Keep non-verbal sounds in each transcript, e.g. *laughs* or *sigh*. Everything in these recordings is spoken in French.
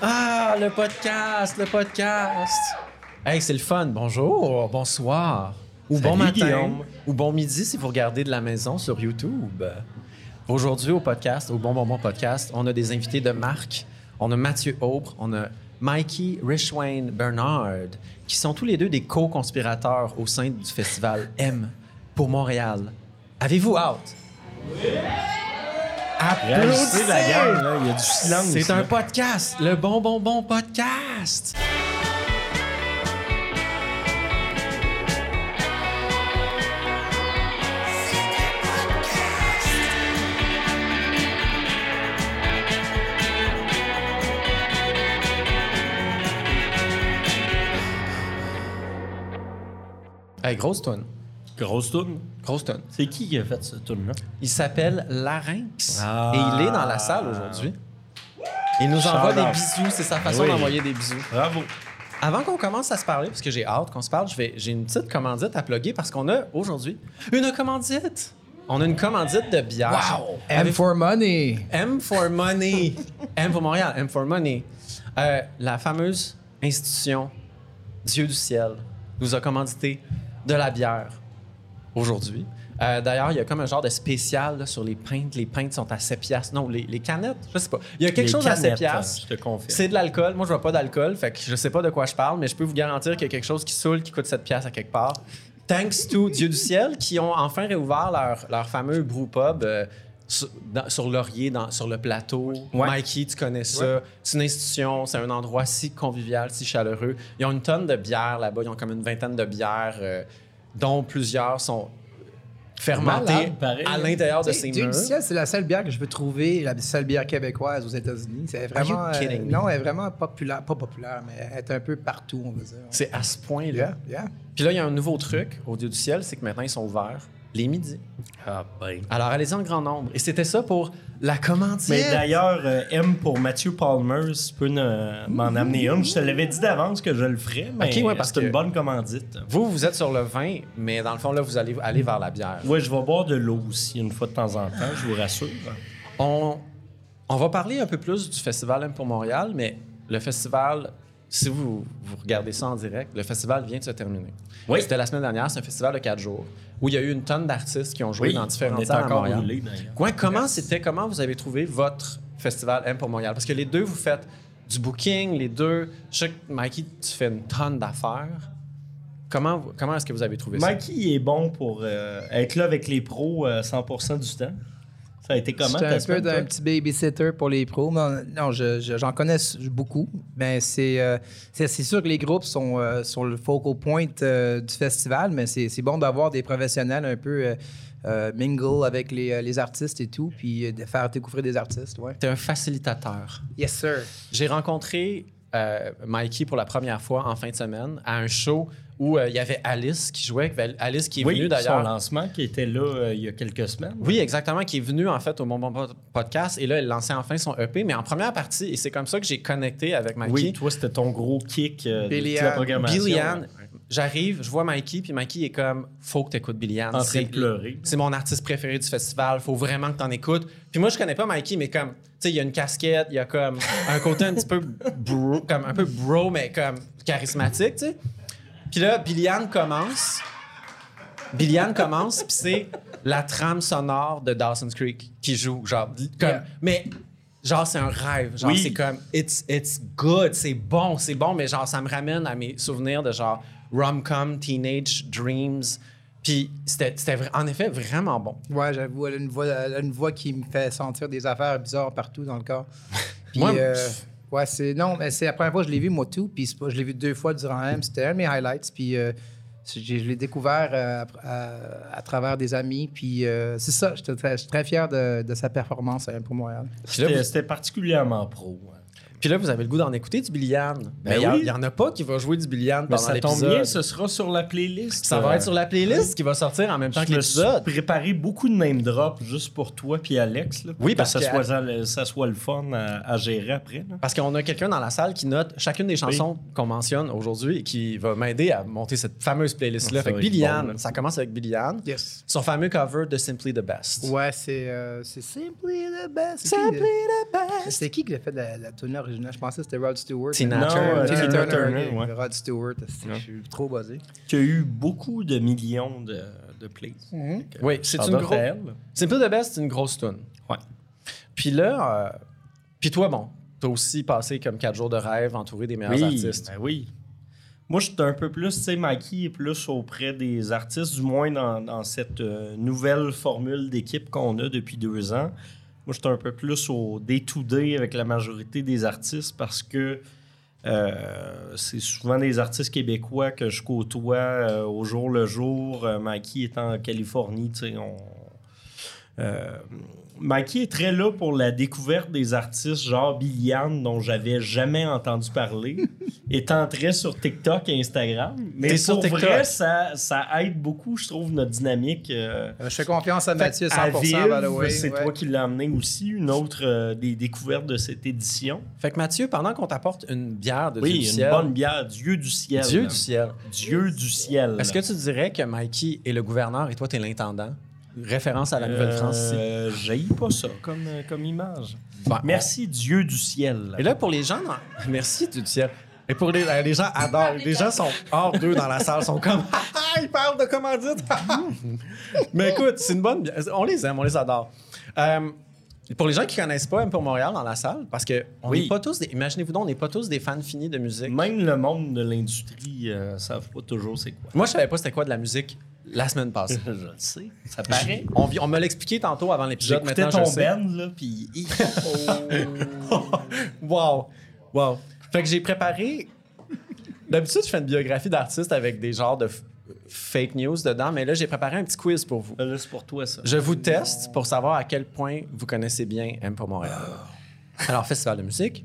Ah, le podcast, le podcast. Hey, c'est le fun. Bonjour, bonsoir, ou bon Salut, matin, Guillaume. ou bon midi si vous regardez de la maison sur YouTube. Aujourd'hui au podcast, au Bon Bonbon Podcast, on a des invités de marque. On a Mathieu Aubre, on a Mikey Richwayne Bernard, qui sont tous les deux des co-conspirateurs au sein du festival M pour Montréal. Avez-vous hâte? Applaudissez la Applaudissez! gang, là. Il y a du silence. C'est là. un podcast, le bon bon bon podcast. Hey, grosse tonne, Grosse tune. grosse tonne. C'est qui qui a fait ce tune là Il s'appelle Larynx Ah. et il est dans la salle aujourd'hui. Il nous Shout envoie out. des bisous, c'est sa façon Oui. d'envoyer des bisous. Bravo. Avant qu'on commence à se parler, parce que j'ai hâte qu'on se parle, je vais- j'ai une petite commandite à plugger parce qu'on a aujourd'hui une commandite. On a une commandite de bière. Wow! M for money. M for Money. *laughs* M pour Montréal, M for Money. Euh, la fameuse institution Dieu du ciel nous a commandité de la bière aujourd'hui. Euh, D'ailleurs, il y a comme un genre de spécial là, sur les pintes. Les pintes sont à 7 piastres. Non, les, les canettes, je sais pas. Il y a quelque Les chose à 7 canettes, piastres. Je te confie. C'est de l'alcool. Moi, je vois pas d'alcool. Fait que je sais pas de quoi je parle, mais je peux vous garantir qu'il y a quelque chose qui saoule, qui coûte 7 piastres à quelque part. Thanks to Dieu du ciel, qui ont enfin réouvert leur, leur fameux brew pub euh, sur, dans- sur Laurier, dans, sur le plateau. Ouais. Mikey, tu connais ça. C'est une institution, c'est un endroit si convivial, si chaleureux. Ils ont une tonne de bières là-bas. Ils ont comme une vingtaine de bières, euh, dont plusieurs sont fermentées Malade, pareil. à l'intérieur de ces Dieu murs. du ciel, c'est la seule bière que je veux trouver, la seule bière québécoise aux États-Unis. C'est vraiment. euh, Are you kidding me? non, elle est vraiment populaire. Pas populaire, mais elle est un peu partout, on va dire. C'est à ce point-là. Yeah, yeah. Puis là, il y a un nouveau truc au Dieu du ciel, c'est que maintenant, ils sont ouverts les midis. Ah, ben. Alors, allez-y en grand nombre. Et c'était ça pour la commandite. Mais d'ailleurs, euh, M pour Matthew Palmer, si tu peux ne- m'en amener une. Je te l'avais dit d'avance que je le ferais, mais Ok, ouais, parce c'est que- une bonne commandite. Vous, vous êtes sur le vin, mais dans le fond, là, vous allez aller vers la bière. Ouais, je vais boire de l'eau aussi une fois de temps en temps, je vous rassure. On, on va parler un peu plus du Festival M pour Montréal, mais le festival, si vous, vous regardez ça en direct, le festival vient de se terminer. Oui. C'était la semaine dernière, c'est un festival de quatre jours, où il y a eu une tonne d'artistes qui ont joué dans on différentes est salles à encore Montréal. roulés, d'ailleurs. Ouais, comment c'était, comment vous avez trouvé votre festival M pour Montréal? Parce que les deux, vous faites du booking, les deux. Je sais que Mikey, tu fais une tonne d'affaires. Comment, vous- comment est-ce que vous avez trouvé Mikey est bon pour euh, être là avec les pros euh, 100% du temps. Ça a été comment J'étais ta un peu semaine, d'un toi? petit babysitter pour les pros. Non, non, je- je- j'en connais s- beaucoup, mais c'est euh, c'est c'est sûr que les groupes sont euh, sur le focal point euh, du festival, mais c'est c'est bon d'avoir des professionnels un peu euh, euh, mingle avec les, euh, les artistes et tout, puis euh, de faire découvrir des artistes. Ouais. ça? T'es un facilitateur. Yes, sir. J'ai rencontré euh, Mikey pour la première fois en fin de semaine à un show où euh, il y avait Alice qui jouait. Alice qui est oui, venue son d'ailleurs. lancement qui était là euh, il y a quelques semaines. Oui, exactement, qui est venue en fait au Mon Bon Pod- Podcast et là, elle lançait enfin son EP, mais en première partie, et c'est comme ça que j'ai connecté avec Mikey. Oui, toi, c'était ton gros kick euh, de Billy toute la Ann. programmation. Billy Ann, j'arrive, je vois Mikey, puis Mikey est comme Faut que t'écoutes Billy Ann. En train C'est- de pleurer. C'est mon artiste préféré du festival, faut vraiment que t'en écoutes. Puis moi, je connais pas Mikey, mais comme, tu sais, il y a une casquette, il y a comme un côté un petit peu bro, comme un peu bro, mais comme charismatique, tu sais. Puis là, Billy Ann commence. Billy Ann commence, puis c'est la trame sonore de Dawson's Creek qui joue, genre, comme, Yeah. mais genre c'est un rêve, genre Oui. c'est comme it's it's good, c'est bon, c'est bon, mais genre ça me ramène à mes souvenirs de genre rom-com, teenage dreams, puis c'était c'était vra- en effet vraiment bon. Ouais, j'avoue, elle a une voix, elle a une voix qui me fait sentir des affaires bizarres partout dans *laughs* le corps. Puis, Moi, euh, pff. ouais, c'est non, mais c'est la première fois que je l'ai vu moi tout, puis c'est pas- je l'ai vu deux fois durant M, c'était un de mes highlights, puis euh, c'est- j'ai- je l'ai découvert euh, à, à- à travers des amis, puis euh, c'est ça, j'étais très- je suis très fier de, de sa performance à M pour Montréal. Puis là, C'était vous, c'était particulièrement pro. hein. puis là, vous avez le goût d'en écouter du Billian. Ben mais il oui. y, en a pas qui va jouer du Billian Mais pendant ça tombe bien, l'épisode. Ça, ce sera sur la playlist. euh, va être sur la playlist qui va sortir en même temps que Je me suis l'épisode. préparé beaucoup de name drops juste pour toi puis Alex. là, pour Oui, que parce ça que- soit, ça- ça soit le fun à, à gérer après. là. Parce qu'on a quelqu'un dans la salle qui note chacune des chansons qu'on mentionne aujourd'hui et qui va m'aider à monter cette fameuse playlist-là. Ah, Ça Fait que va être Billie bon, Anne, là. ça commence avec Billie Anne. Yes. Son fameux cover de Simply the Best. Ouais, c'est euh, c'est simply the best. C'est qui, Simply le- the best. C'est qui qui l'a fait la, la tune original. Je pensais que c'était Rod Stewart. Tina mais- Non, Turner. euh, Tina Tina Turner, Turner, ok. ouais. Rod Stewart. c'est- Je suis trop buzzé. Qui a eu beaucoup de millions de, de plays. Fait que, Oui, c'est shout une out grosse- à elle. Simple de Best, c'est une grosse tune. Ouais. Puis là, euh, puis toi, bon, t'as aussi passé comme quatre jours de rêve entouré des meilleurs oui, artistes. ben oui. Moi, je suis un peu plus, tu sais, Mikey est plus auprès des artistes, du moins dans, dans cette euh, nouvelle formule d'équipe qu'on a depuis deux ans. Moi, je suis un peu plus au day-to-day avec la majorité des artistes parce que euh, c'est souvent des artistes québécois que je côtoie euh, au jour le jour. Euh, Mikey est en Californie, tu sais, on... Euh, Mikey est très là pour la découverte des artistes genre Billiane dont j'avais jamais entendu *laughs* parler, étant très sur TikTok et Instagram. Mais T'es pour sur TikTok. vrai, ça, ça aide beaucoup, je trouve, notre dynamique. euh, Euh, Je fais confiance à Mathieu fait à 100%. Vive, by the way, c'est ouais. toi qui l'as amené aussi, une autre euh, des découvertes de cette édition. Fait que Mathieu, pendant qu'on t'apporte une bière de Dieu Oui, du une ciel, bonne bière, Dieu du ciel. Dieu du ciel, Dieu du ciel. est-ce que tu dirais que Mikey est le gouverneur et toi, t'es l'intendant? Référence à la Nouvelle-France ici. Euh, j'haïs pas ça comme, euh, comme image. Ben, Merci Dieu du ciel. Et là, pour les gens, dans- *laughs* merci du ciel. Et pour les, euh, les gens adorent. Les gens sont hors d'eux dans la salle, sont comme *laughs* Ah, ah, ils parlent de commandite. Mais écoute, c'est une bonne. On les aime, on les adore. Euh, pour les gens qui connaissent pas M pour Montréal dans la salle, parce que on Oui. n'est pas tous, des- imaginez-vous donc, on n'est pas tous des fans finis de musique. *laughs* Même le monde de l'industrie ne savent pas toujours c'est quoi. *laughs* Moi, je savais pas c'était quoi de la musique la semaine passée. Je le sais, ça paraît. On, vit- on me l'expliquait tantôt avant l'épisode. J'écoutais Maintenant, ton je sais. band, là, puis... *laughs* wow! Wow! Fait que j'ai préparé. D'habitude, je fais une biographie d'artiste avec des genres de f- fake news dedans, mais là, j'ai préparé un petit quiz pour vous. Là, c'est pour toi, ça. *laughs* Je vous teste pour savoir à quel point vous connaissez bien M pour Montréal. Alors, Festival de musique,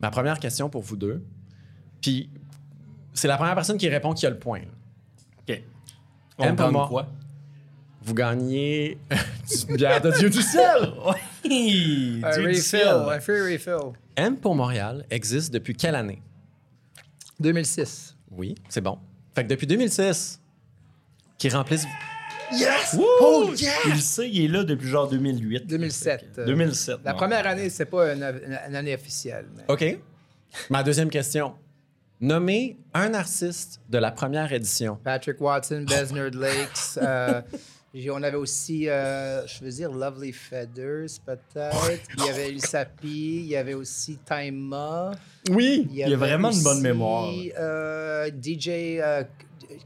ma première question pour vous deux. Puis, c'est la première personne qui répond qui a le point. OK. On On parle de parle quoi? quoi? Vous gagnez *laughs* du bière de Dieu du ciel! Oui! Un Dieu du Euh, refill, ciel. un free refill. M pour Montréal existe depuis quelle année? 2006. Oui, c'est bon. Fait que depuis 2006, qui remplissent. Yes! Oh, Il le sait, il est là depuis genre 2008. 2007. Fait que, 2007. euh, euh, La ouais. première année, c'est pas une, une- une année officielle. mais- OK. Ma deuxième question. Nommez un artiste de la première édition. Patrick Watson, *laughs* Besnard Lakes. euh, j'ai- on avait aussi, euh, je veux dire, Lovely Feathers, peut-être. Il y avait Ilsapi, il y avait aussi Taima. Oui. Il y a vraiment une bonne mémoire. euh, DJ euh,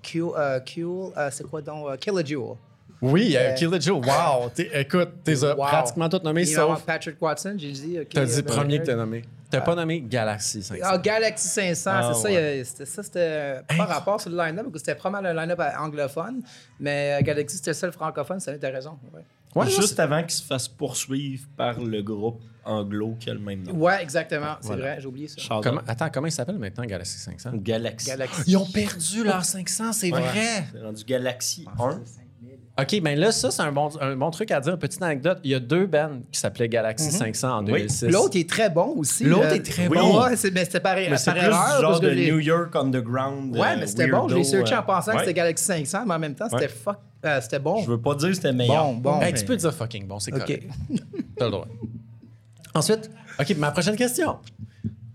Q, euh, Q- euh, c'est quoi donc? euh, Killer Jewel. Oui, euh, Euh, Kill the Joe. *laughs* Wow. T'es- écoute, t'es euh, Wow. pratiquement tout nommé, Il y avait sauf. Patrick Watson, j'ai dit. ok, T'as dit euh, premier que t'as Besnard. nommé. Ah. T'as pas nommé Galaxy 500. Ah, Galaxy 500, Ah, c'est ça. ouais. il y avait- c'était ça, c'était pas rapport sur le line-up, parce que c'était pas mal un line-up anglophone, mais euh, Galaxy, c'était le seul francophone, ça t'as raison. Ouais. Ouais, non, Juste avant qu'il se fasse poursuivre par le groupe anglo qui a le même nom. Ouais, exactement. C'est Voilà. vrai, j'ai oublié ça. c'est- Charles Comment- attends, comment il s'appelle maintenant Galaxy 500? Galaxy. Galaxy. Ils ont perdu leur 500, c'est Ouais. vrai. C'est rendu Galaxy 1. OK, ben là, ça, c'est un bon, un bon truc à dire. Petite anecdote, il y a deux bands qui s'appelaient Galaxy 500 en Oui. 2006. L'autre est très bon aussi. L'autre là. est très Oui. bon. Ouais, c'est- mais c'était par, Mais c'est par plus erreur. du genre parce que de les- New York Underground. Ouais, euh, mais c'était bon. Je l'ai weirdo, searché en pensant euh, que c'était ouais. Galaxy 500, mais en même temps, c'était Ouais. fuck. euh, c'était bon. Je veux pas dire que c'était meilleur. Bon, bon. Hey, tu peux dire fucking bon, c'est OK. correct. T'as le droit. Ensuite, OK, ma prochaine question.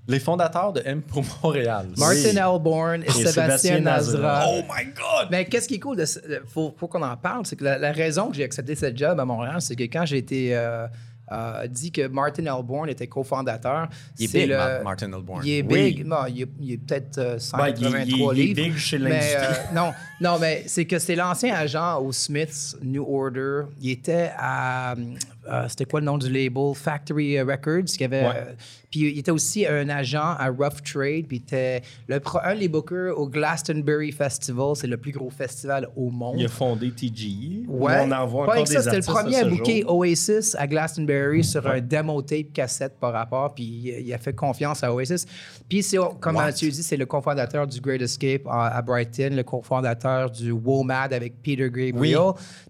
Les fondateurs de M pour Montréal. Martin Alborn et, Sébastien Sébastien Nazra. Nazra. Oh my God! Mais Ben, qu'est-ce qui est cool, de, ce- de- faut, faut qu'on en parle, c'est que la, la raison que j'ai accepté cette job à Montréal, c'est que quand j'ai été euh, euh, dit que Martin Alborn était cofondateur, Il est c'est big, le- Ma- Martin Alborn. Il est Oui. big. Non, il est, il est peut-être euh, Ben, il- 183 il est livres. big chez mais, euh, l'industrie. *laughs* non, non, mais c'est que c'est l'ancien agent au Smiths New Order. Il était à. euh, C'était quoi le nom du label? Factory euh, Records. Qui avait, Ouais. euh, puis il était aussi un agent à Rough Trade. Puis il était le, pro- un des bookers au Glastonbury Festival. C'est le plus gros festival au monde. Il a fondé TGI. Ouais. On en voit encore Pas avec des ça, c'était le artistes à premier à, ce booker jour. Oasis à Glastonbury sur un demo tape cassette par rapport, puis il il a fait confiance à Oasis. Puis, c'est, comme What? Mathieu dit, c'est le cofondateur du Great Escape à, à Brighton, le cofondateur du WOMAD avec Peter Gabriel.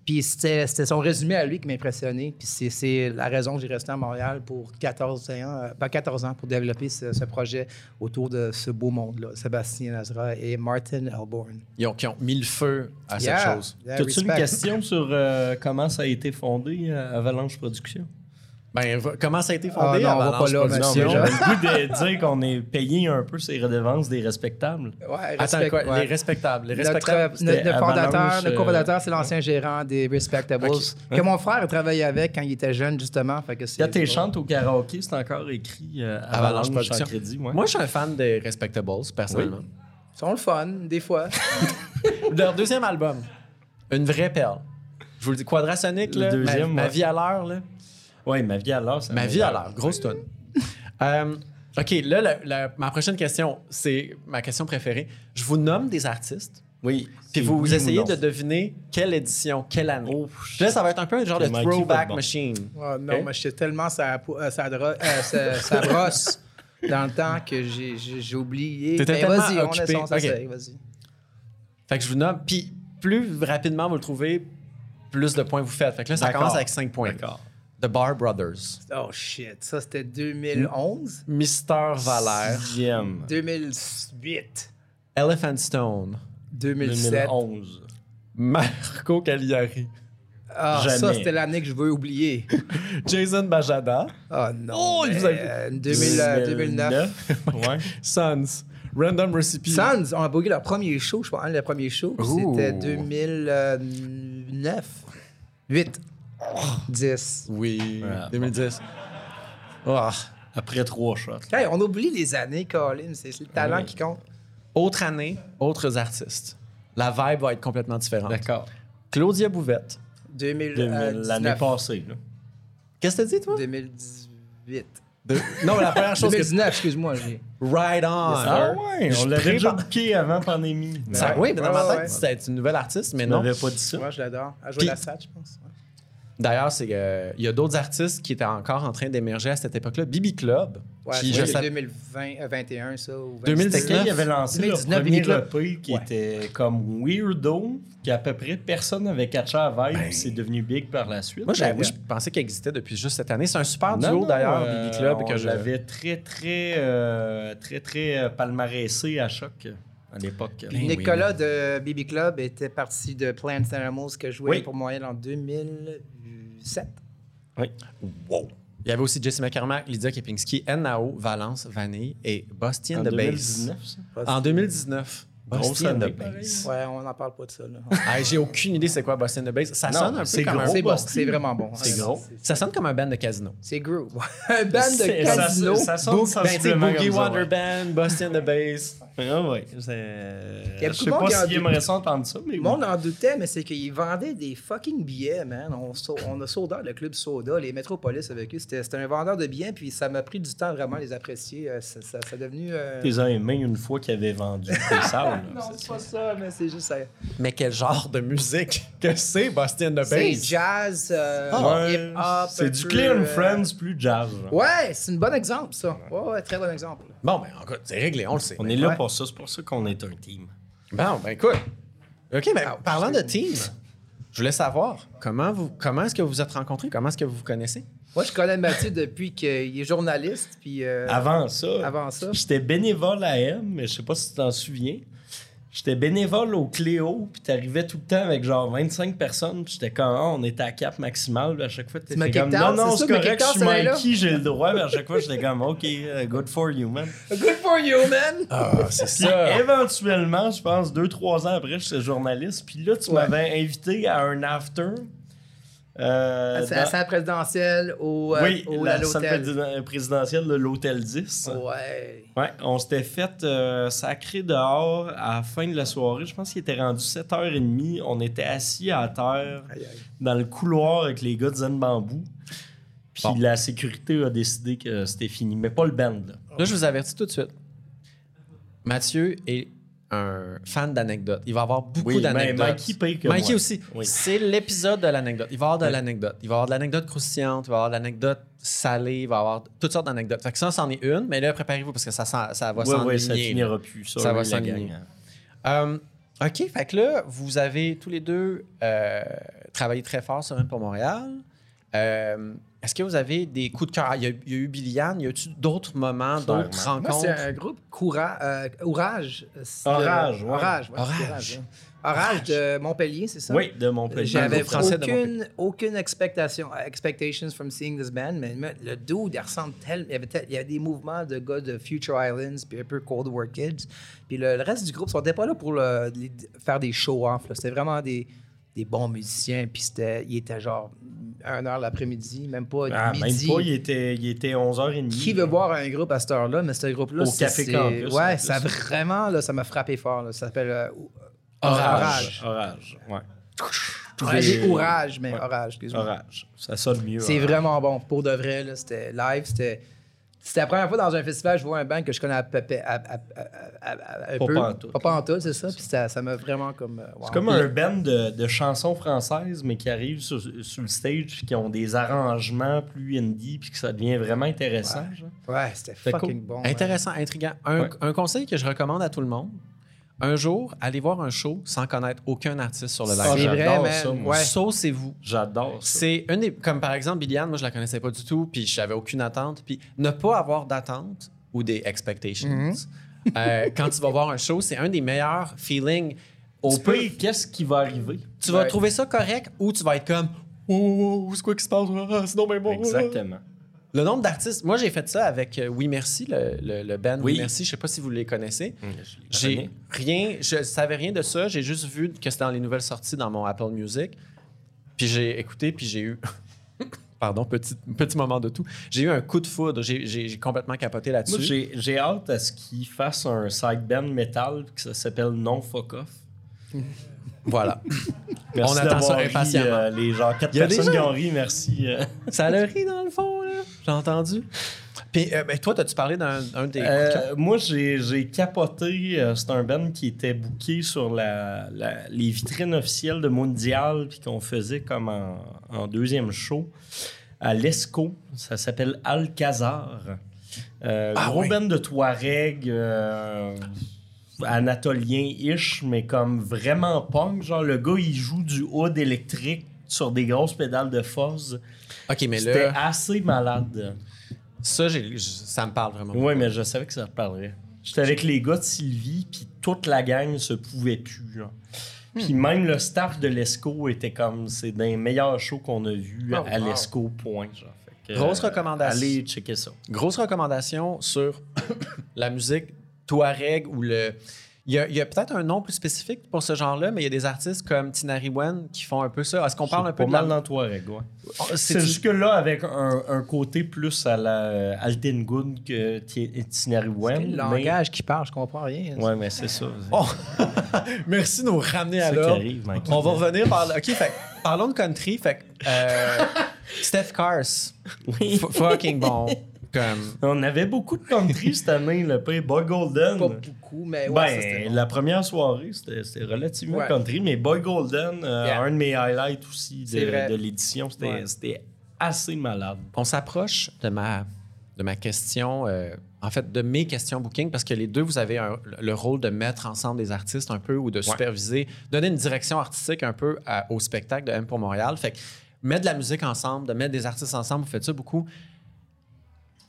Puis c'était, c'était son résumé à lui qui m'impressionnait. Puis c'est, c'est la raison que j'ai resté à Montréal pour 14 ans, euh, pas 14 ans, pour développer ce, ce projet autour de ce beau monde-là. Sébastien Nazra et Martin Alborn. Ils ont, qui ont mis le feu à cette chose. T'as-tu une respect. question sur euh, comment ça a été fondé euh, Avalanche Productions? Ben, va- comment ça a été Ah fondé? non, on va Avalanche pas là, Productions? Non, Mathieu. mais j'avais le goût de dire qu'on est payé un peu ces redevances des respectables. Ouais, Attends, respect- quoi? ouais. Les respectables. Les Notre, respectables. notre- c'était notre fondateur, Avalanche, notre cofondateur, c'est l'ancien gérant des Respectables, euh, Ok. que mon frère travaillait avec quand il était jeune, justement. Fait que c'est- Quand t'es chante au karaoké, c'est encore écrit euh, Avalanche Avalanche, Productions. sans crédit. ouais. Moi, je suis un fan des Respectables, personnellement. Ils sont le fun, des fois. *laughs* Leur deuxième album, une vraie perle. Je vous le dis, Quadrasonic, Le là, deuxième, ma, ma ouais. vie à l'heure. là. Ouais, ma vie à l'heure. c'est Ma un vie à meilleur. l'heure, grosse tonne. OK, là, la- la- ma prochaine question, c'est ma question préférée. Je vous nomme des artistes, Oui. puis C'est vous, oui ou essayez non. de deviner quelle édition, quelle année. Oh, Puis là, ça va être un peu un genre de Mikey va être throwback bon. machine. Ouais, Ah, non, Ok. mais j'étais tellement sa, po- euh, sa, dro- euh, sa- sa brosse dans le temps que j'ai- j'ai j'ai oublié. T'étais Mais tellement vas-y, on occupé. essaie, on Ok. s'essaye, vas-y. Fait que je vous nomme, puis plus rapidement vous le trouvez, plus de points vous faites. Fait que là, ça D'accord. commence avec 5 points. D'accord. The Bar Brothers, Oh shit, ça c'était 2011? Mister Valère, Sixième. 2008, Elephant Stone, 2007. 2011. Marco Cagliari, Ah, ça Jamais. c'était l'année que je veux oublier. Jason Bajada, Ah non. Oh, mais, il vous a- euh, 2000, euh, 2009. ouais. Sons, Random Recipe. Sons ont abogué leur premier show, je pense, hein, le premier show. puis Ouh. C'était 2009, 8, 10. Oui, Ouais. 2010. Ah. *laughs* Après trois shots. Hey, on oublie les années, Colin, c'est c'est le talent Ouais. qui compte. Autre année, autres artistes. La vibe va être complètement différente. D'accord. Euh, Claudia Bouvette. 2019. L'année passée. Là. Qu'est-ce que t'as dit, toi? 2018. De- Non, la première *laughs* chose que... 2019, excuse-moi. j'ai- Ride On. Ah ouais, on Je l'avait déjà prépare- booké avant pandémie. Ça- Ouais. oui, mais dans ma Ouais, tête, ouais. c'était une nouvelle artiste, mais on non. n'avait pas dit ça. Moi, je l'adore. Elle joue Puis- à la SAT, je pense. ouais. D'ailleurs, c'est, euh, il y a d'autres artistes qui étaient encore en train d'émerger à cette époque-là. Bibi Club, Ouais, qui, c'est je sais- 2020, euh, 21, ça. Ou 2019. C'était quand il avait lancé le 2019, premier Billy Club. EP qui Ouais. était comme Weirdo, qui à peu près personne n'avait catché à la vibe, puis c'est devenu big par la suite. Ben. moi, j'avoue, Ben, je pensais qu'il existait depuis juste cette année. C'est un super Non, duo, non, d'ailleurs, euh, Bibi Club, on que je l'avais très, très, euh, très, très euh, palmarèsé à choc euh, à l'époque. Ben Puis Nicolas de BB Club était parti de Plants and Animals que je jouais Oui. pour Montréal en 2007. Wow. Il y avait aussi Jesse McCormack, Lydia Kepinski, Nao, Valence, Vanille et Busty and En the Bass. 2019, ça. En 2019. Grosse Busty and the année, Bass. Ouais, on n'en parle pas de ça. là. Ah, J'ai aucune idée c'est quoi Busty and the Bass. Ça Non, sonne un peu c'est comme gros. un... c'est bon, Boston. c'est vraiment bon. C'est Ouais, gros. Ça sonne comme un band de casino. C'est groove. *laughs* Un band de C'est- ça- casino. ça sonne Book- sensiblement Ben, tu sais, Boogie comme ça, Wonder ouais. Band, Busty and the Bass. Ah ouais, c'est- Il y Je a beaucoup sais de monde pas qui a s'il du- aimerait ça entendre ça, mais. Le monde en doutait, mais c'est qu'ils vendaient des fucking billets, man. On, sau- on a soda, le club soda, les métropolis avec eux. C'était c'était un vendeur de billets, puis ça m'a pris du temps vraiment à les apprécier. Euh, Ça, ça, ça a devenu. euh, Tu les as aimés une fois qu'ils avaient vendu *laughs* tes salles. là, Non, c'est c'est ça. pas ça, mais c'est juste. euh, ça. Mais quel genre de musique que c'est, Busty and the C'est Bass? jazz, euh, Ah, Ouais, hip-hop. un c'est du peu, Clear and euh, Friends plus jazz. genre. Ouais, c'est un bon exemple, ça. Ouais, ouais, très bon exemple. Bon, ben, écoute, c'est réglé, on le sait. On est là Ouais. pour ça, c'est pour ça qu'on est un team. Bon, ben écoute. OK, mais parlant de team, je voulais savoir comment, vous, comment est-ce que vous vous êtes rencontrés? Comment est-ce que vous vous connaissez? Moi, je connais Mathieu depuis qu'il est journaliste, puis euh, Avant ça, avant ça. j'étais bénévole à M, mais je sais pas si tu t'en souviens. J'étais bénévole au Cléo, puis t'arrivais tout le temps avec genre 25 personnes, puis j'étais comme, Ah, on était à cap maximale, puis à chaque fois, m'as t'étais comme, kicked out, non, non, c'est c'est ça, mais correct, kicked je out, suis celle-là? Mikey, j'ai le droit, puis à chaque fois, j'étais comme, OK, uh, good for you, *laughs* man. Good for you, man! Ah, c'est *laughs* Puis éventuellement, je pense, deux, trois ans après, j'étais journaliste, puis là, tu Ouais. m'avais invité à un after. euh, C'est dans- à la présidentielle au, euh, oui, au- à la salle l'hôtel. Oh, présiden- présidentielle de l'Hôtel 10. Ouais. Ouais, on s'était fait euh, sacrer dehors à la fin de la soirée. Je pense qu'il était rendu 7h30. On était assis à terre Aïe, aïe. dans le couloir avec les gars de Zen Bambou. Puis Bon. la sécurité a décidé que c'était fini, mais pas le band. Là. Là, je vous avertis tout de suite. Mathieu est un fan d'anecdotes. Il va avoir beaucoup Oui, mais d'anecdotes. Mikey pire que Mikey moi. aussi. Oui. C'est l'épisode de l'anecdote. Il va avoir de Ouais. l'anecdote. Il va avoir de l'anecdote croustillante, il va avoir de l'anecdote salée, il va avoir toutes sortes d'anecdotes. Fait que ça, c'en est une, mais là, préparez-vous parce que ça, s'en- ça va Ouais, ouais, ça s'enligner, là. finira plus. Ça, Ça va la s'enligner. gang, hein. Euh, OK, fait que là, vous avez tous les deux euh, travaillé très fort sur une pour Montréal. Euh, Est-ce que vous avez des coups de cœur? Ah, Il y a, il y a eu Billiane, y a-tu d'autres moments, Clairement. d'autres Moi, c'est rencontres? un groupe coura, euh, Orage. c'est- Orage, ouais. Orage, ouais, c'est Orage. hein. Orage de Montpellier, c'est ça? Oui, de Montpellier. J'avais groupe français de aucune, aucune expectation, expectations from seeing this band, mais me- le dude, il ressemble tellement. Il y avait, tel- il y avait des mouvements de gars de Future Islands, puis un peu Cold War Kids. Puis le, le reste du groupe, ils n'étaient pas là pour le- les- faire des show-off. là. C'était vraiment des, des bons musiciens, puis c'était, il était genre 1 heure l'après-midi, même pas Ah, même midi. pas, il était, il était 11h30. Qui veut voir un groupe à cette heure-là, mais ce groupe-là, Au c'est- Café c'est- Campus, en Ouais, plus. ça vraiment, là, ça m'a frappé fort. là. Ça s'appelle euh, ou- Orage. Orage, ouais. Ouais, j'ai Et- Orage, mais Ouais. Orage, excuse-moi. Orage. Ça sonne mieux. C'est Orage. vraiment bon. Pour de vrai, là, c'était live. C'était, c'était la première fois dans un festival, je vois un band que je connais à, peu près- à- à- à- à- à- un Pas peu. pantoute. Pas pantoute, c'est ça. Puis ça, ça m'a vraiment comme. euh, wow. C'est comme un band de, de chansons françaises, mais qui arrivent sur, sur le stage, puis qui ont des arrangements plus indie, puis que ça devient vraiment intéressant. genre. Ouais, c'était C'était fucking cool. bon. hein. Intéressant, intriguant. Un, euh, Ouais. un conseil que je recommande à tout le monde, un jour, allez voir un show sans connaître aucun artiste sur le C'est Ah, live. vrai, j'adore man. ça, moi. Ouais. Saucez-vous. J'adore ça. C'est une des- comme par exemple Billiane, moi je la connaissais pas du tout, puis je n'avais aucune attente, puis ne pas avoir d'attente ou des expectations. Mm-hmm. *laughs* euh, quand tu vas voir un show, c'est un des meilleurs feelings. Au Tu peux- pire, Qu'est-ce qui va arriver? tu vas Ouais. trouver ça correct ou tu vas être comme oh, oh, c'est quoi qui se passe Ah, C'est non mais bon. Exactement. Le nombre d'artistes, moi j'ai fait ça avec euh, Oui Merci, le, le, le band oui. Oui. Mmh, Merci, je sais pas si vous les connaissez. Je les J'ai connais. rien, je savais rien de ça. J'ai juste vu que c'était dans les nouvelles sorties dans mon Apple Music. Puis j'ai écouté, puis j'ai eu. *laughs* Pardon, petit, petit moment de tout. J'ai eu un coup de foudre. J'ai- J'ai j'ai complètement capoté Moi, là-dessus. j'ai j'ai hâte à ce qu'ils fassent un side band metal que ça s'appelle Non Fuck Off. *laughs* Voilà. Merci On attend ça d'avoir ri, impatiemment. euh, les gens, quatre Il y a des personnes qui gens- ont ri, merci. euh. Ça le rit dans le fond, là. J'ai entendu. Puis euh, ben, toi, t'as-tu parlé d'un un des. coups de Euh, cœur? moi, j'ai j'ai capoté. euh, C'est un band qui était booké sur la, la- les vitrines officielles de Mondial, puis qu'on faisait comme en, en deuxième show à l'ESCO. Ça s'appelle Alcazar. Euh, Ah gros ouais. band de Touareg. euh, Anatolien-ish, mais comme vraiment punk. Genre, le gars, il joue du hood électrique sur des grosses pédales de fuzz. Ok, mais C'était là, assez malade. ça, j'ai- j- ça me parle vraiment. Oui, mais je savais que ça te parlerait. J'étais avec les gars de Sylvie, puis toute la gang se pouvait plus. là. Hmm. Puis même le staff de l'ESCO était comme, c'est d'un meilleur show qu'on a vu Oh, à wow. l'ESCO, point. genre. Fait que, euh, Grosse recommandation. Allez checker ça. Grosse recommandation sur *coughs* la musique Touareg ou le. Il y a, il y a peut-être un nom plus spécifique pour ce genre-là, mais il y a des artistes comme Tinariwen qui font un peu ça. Est-ce qu'on parle un peu pas de mal la... dans Touareg, ouais. Oh, Ah, C'est c'est- *laughs* jusque-là avec un, un côté plus à la euh, Alten Gun que Ti- Tinari C'est Wen. le mais- langage qui parle, je comprends rien. Ouais, mais c'est ça. Oh, Merci de nous ramener C'est à ça qui l'ordre. arrive, Mike. On va revenir par... OK, fait, parlons de country. Fait, que, *laughs* euh, Steph Cars, Oui. F- fucking bon. Comme, On avait beaucoup de country cette année, le pays Boy Golden. Pas beaucoup, mais Eh ouais, ça, c'était Ben, bon. la première soirée, c'était c'était relativement Ouais. country, mais Boy Golden, euh, Yeah. un de mes highlights aussi C'est vrai. de, de l'édition, c'était Ouais. c'était assez malade. on s'approche de ma, de ma question, euh, en fait, de mes questions booking, parce que les deux, vous avez un- le rôle de mettre ensemble des artistes un peu ou de superviser, donner une direction artistique un peu à- au spectacle de M pour Montréal. Fait que mettre de la musique ensemble, de mettre des artistes ensemble, vous faites ça beaucoup.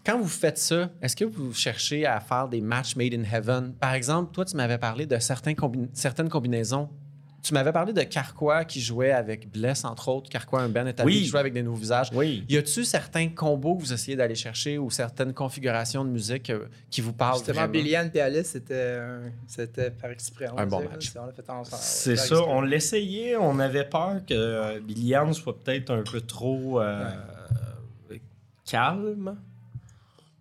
Quand vous faites ça, est-ce que vous cherchez à faire des matchs made in heaven? Par exemple, toi, tu m'avais parlé de certains combi- certaines combinaisons. Tu m'avais parlé de Carquois qui jouait avec Bless, entre autres. Carquois, un band établi Oui. qui jouait avec des nouveaux visages. Oui. Y a-tu certains combos que vous essayez d'aller chercher ou certaines configurations de musique euh, qui vous parlent Justement, vraiment? Billiane et Alice, c'était, un- c'était par exprès. on Un va bon dire, là. match. On l'a fait ensemble. C'est Par ça, exprès. on l'essayait, on avait peur que euh, Billie Anne soit peut-être un peu trop euh, calme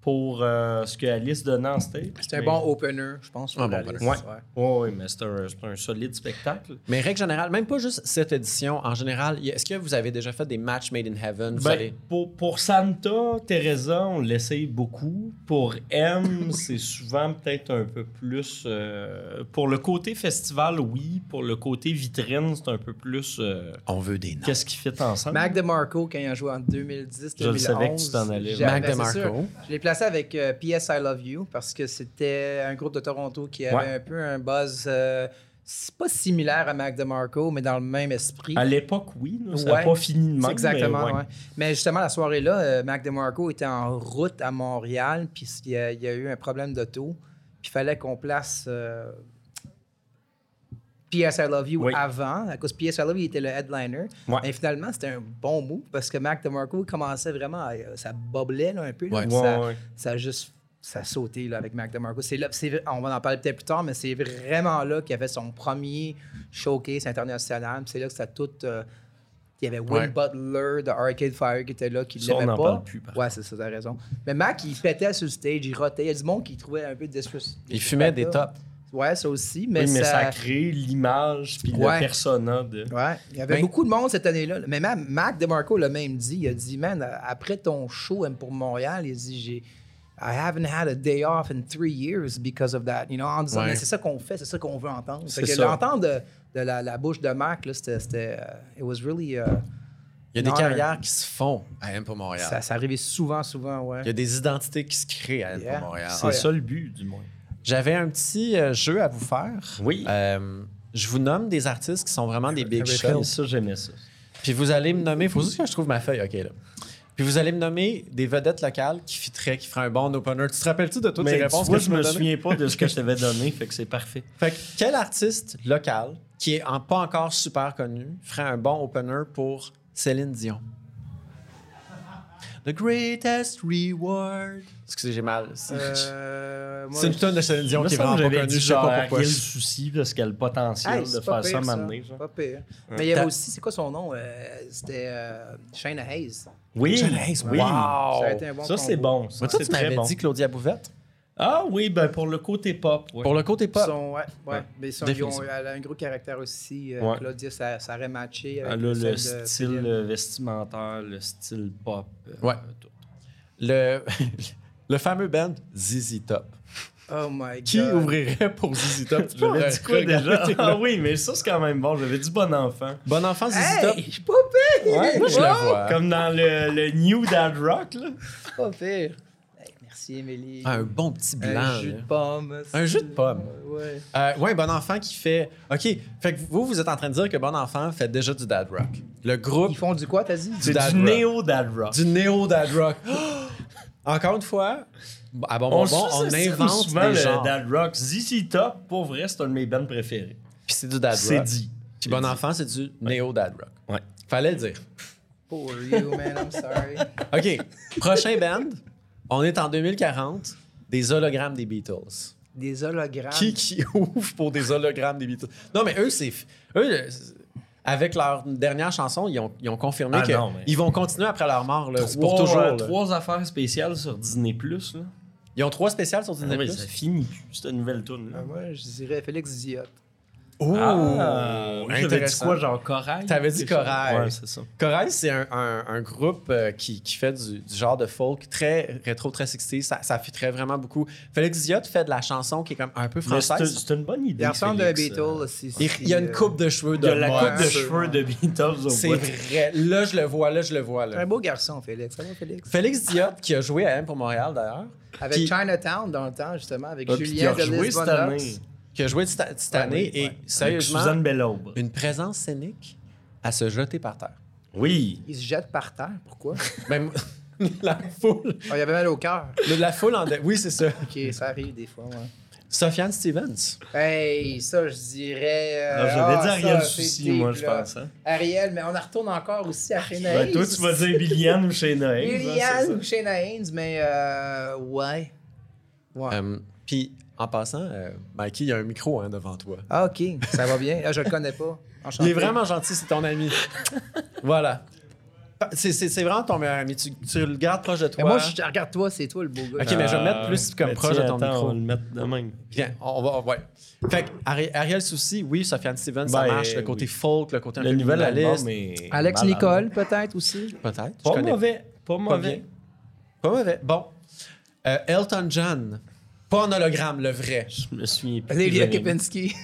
pour euh, ce que Alice donnait en stage. C'était un mais- bon opener, je pense. pour Un bon Alice, opener. Ouais. Ouais, ouais, mais c'était un, c'était un solide spectacle. Mais règle générale, même pas juste cette édition, en général, y a- est-ce que vous avez déjà fait des matchs made in heaven? Vous Ben, allez- pour, pour Santa, Teresa, on l'essaye beaucoup. Pour M, c'est souvent peut-être un peu plus. euh, pour le côté festival, oui. Pour le côté vitrine, c'est un peu plus. euh, On veut des noms. Qu'est-ce qui fit ensemble? Mac DeMarco, quand il a joué en 2010, 2011. Je le savais que tu t'en allais. j'avais- Ben, Mac c'est sûr. DeMarco. Je l'ai placé avec euh, PS I Love You parce que c'était un groupe de Toronto qui avait Ouais. un peu un buzz. euh, c'est pas similaire à Mac DeMarco, mais dans le même esprit. À l'époque, oui. là, ça n'a Ouais. pas fini de même. C'est mais exactement, ouais. ouais. Mais justement, la soirée-là, euh, Mac DeMarco était en route à Montréal, puis il y a, il y a eu un problème d'auto, puis il fallait qu'on place euh, PS I Love You Oui. avant, à cause PS I Love You était le headliner. Ouais. Mais finalement, c'était un bon move, parce que Mac DeMarco commençait vraiment, à, euh, ça boblait là, un peu, là, Ouais. puis ça, Ouais, ouais. ça a juste ça a sauté là, avec Mac DeMarco. C'est là, c'est- on va en parler peut-être plus tard, mais c'est vraiment là qu'il avait son premier showcase international. Puis C'est là que ça a tout. euh, il y avait Will Ouais. Butler de Arcade Fire qui était là, qui Ça, on l'aimait n'en pas. parle plus, par ouais, c'est ça, t'as raison. Mais Mac, il pétait sur le stage, il rotait. Il y a du monde qui trouvait un peu de Il fumait des tops. Ouais, ça aussi, Oui, mais, Mais, ça... ça. a créé l'image puis le Ouais. persona de. Ouais, il y avait Ben- beaucoup de monde cette année-là. Mais même Mac DeMarco l'a même dit. Il a dit, man, après ton show M pour Montréal, il dit, j'ai. I haven't had a day off in three years because of that. You know, en disant, Ouais. Mais c'est ça qu'on fait, c'est ça qu'on veut entendre. Fait C'est que ça. l'entendre de, de la, la bouche de Mac, là, c'était. c'était, euh, it was really. euh, Il y a Non, des carrières qui se font à M pour Montréal. ça, ça arrivait souvent, souvent, ouais. Il y a des identités qui se créent à M Yeah. pour Montréal. C'est Ouais. ça le but, du moins. J'avais un petit euh, jeu à vous faire. Oui. Euh, je vous nomme des artistes qui sont vraiment des big Everything. shots. Ça, j'aimais ça. Puis vous allez me nommer. Faut juste que je trouve ma feuille. OK, là. Puis vous allez me nommer des vedettes locales qui fitteraient, qui feraient un bon opener. Tu te rappelles-tu de toutes Mais les réponses tu vois, que je tu m'as me données? souviens pas de ce que *laughs* je t'avais donné, fait que c'est parfait. Fait que quel artiste local qui est en- pas encore super connu ferait un bon opener pour Céline Dion? The greatest reward. Excusez, j'ai mal. *laughs* C'est Euh, moi, c'est une tonne de Céline Dion Il me qui est semble vraiment que pas connue. j'avais dit Je sais genre pas pourquoi. Ariel Souci parce qu'elle a le potentiel Hey, de c'est faire pas ça pire, m'amener. genre. Pas pire. Mais il y T'as- avait aussi, c'est quoi son nom? Euh, c'était euh, Shayna Hayes. Oui, Jeunesse, oui. wow. Ça a été un bon Ça, c'est combo. bon. Ça, Mais toi, c'est tu très m'avais bon. dit Claudia Bouvette. Ah oui, ben pour le côté pop. ouais. Pour le côté pop. Son- ouais, ouais. Ouais. Mais son- ils Définition. ont- elle a un gros caractère aussi. euh, Ouais. Claudia, ça, ça aurait matché. Ah, Avec là, le celle de style Céline. euh, vestimentaire, le style pop. euh, Ouais. tout. Le, *laughs* le fameux band ZZ Top. Oh my god. euh, Qui ouvrirait pour ZZ Top? Tu peux *laughs* J'avais dit quoi regarder *laughs* déjà? tes Ah notes. oui, mais ça, c'est quand même bon. J'avais dit bon enfant. Bon enfant, ZZ Top. Hey, je suis pas pire! Moi, je le vois. Comme dans le, le New Dad Rock, là. Je suis pas pire. Hey, merci, Émilie. Ah, Un bon petit Un blanc. jus là. de pomme. Un jus de pomme. Ouais. Euh, ouais, Bon Enfant qui fait. OK. Fait que vous, vous êtes en train de dire que Bon Enfant fait déjà du dad rock. Le groupe Ils font du quoi, t'as dit? Du C'est dad du rock. néo Dad Rock. du néo dad rock. *gasps* Encore une fois, à bon bon, le bon, on sous-estime invente souvent des le genres. Dad Rock. ZZ Top, pour vrai, c'est un de mes bands préférés. Puis c'est du dad C'est rock. dit. Puis Bon Enfant, c'est du néo dad rock. Ouais. Fallait le dire. Poor you, man, I'm sorry. OK. Prochain band. On est en 2040. Des hologrammes des Beatles. Des hologrammes. qui Ah. qui *laughs* ouvre pour des hologrammes des Beatles. Non, mais eux, c'est. Eux, euh, c'est- avec leur dernière chanson, ils ont, ils ont confirmé Ah qu'ils non, mais- vont continuer après leur mort, là. Trois, C'est pour toujours. euh, là. trois affaires spéciales sur Disney+. Là. Ils ont trois spéciales sur Disney+. Ah oui, ça finit plus, cette nouvelle tune. Ah, Moi, je dirais Félix Diot. Oh! Ah, J'avais dit intéressant. quoi, genre Corail? T'avais dit quelque chose? Corail. Ouais, c'est ça. Corail, c'est un, un- un groupe euh, qui, qui fait du, du genre de folk très rétro, très 60 Ça, ça fitrait vraiment beaucoup. Félix Diot fait de la chanson qui est comme un peu Mais C'est française. c'est une bonne idée. Il ressemble à Félix, Beatles. euh. aussi, Il, il y a si, une euh, coupe de cheveux Il y de a la mode. coupe de Ouais. cheveux de Beatles au C'est bout. vrai. Là, je le vois, là, je le vois. C'est un Là. beau garçon, Félix. Ça va, Félix? Félix Diot, qui a joué à M pour Montréal, d'ailleurs. Avec Qui- Chinatown dans le temps, justement, avec Ah, puis il a Julien de rejoué cette Lisbonne. année. Lux. qui a joué cette cette Ouais, année Ben oui, et ouais. Avec sérieusement Suzanne Bellaubre. une présence scénique à se jeter par terre. Oui. Il se jette par terre. Pourquoi? *laughs* Même la foule, Ah, il avait mal au cœur. le- la foule en de- oui c'est ça. Ok, ça arrive des fois, ouais. Sofiane Stevens. Hey, ça, je dirais. euh, Ah, J'avais ah, dit Ariel ça, c'est Souci, deep, moi, je là. pense. hein. Ariel, mais on en retourne encore aussi à Shayna Ben, Haynes. toi, tu vas dire Billiane ou Shayna Hayes, hein, c'est Liliane ça. ou Shayna Haynes, mais euh, ouais. Ouais. Euh, Puis en passant, euh, Mikey, il y a un micro hein, devant toi. Ah, ok, ça va bien. Ah, je le connais pas. Enchanté. Il est vraiment gentil, c'est ton *laughs* ami. voilà. C'est- C'est c'est vraiment ton meilleur ami. Tu, tu le gardes proche de Mais toi. Ben, moi, je regarde toi, c'est toi le beau gars. Euh, Ok, mais je vais le mettre plus comme mais proche de Euh, ben, tiens, ton attends, micro. On va le mettre de même. Bien, on va. Ouais. Fait que Ari- Ariel Souci, oui, Sofiane Stevens, ça Ben, marche. Le côté oui. folk, le côté un Le peu nouvel minimaliste. album est Alex malade. Nicole, peut-être aussi. Peut-être. je Pas connais mauvais. Pas Pas mauvais. mauvais. Pas mauvais. Bon. Euh, Elton John. Pas en hologramme, le *laughs* vrai. Je me souviens plus. Lélia J'avais- Kepinski.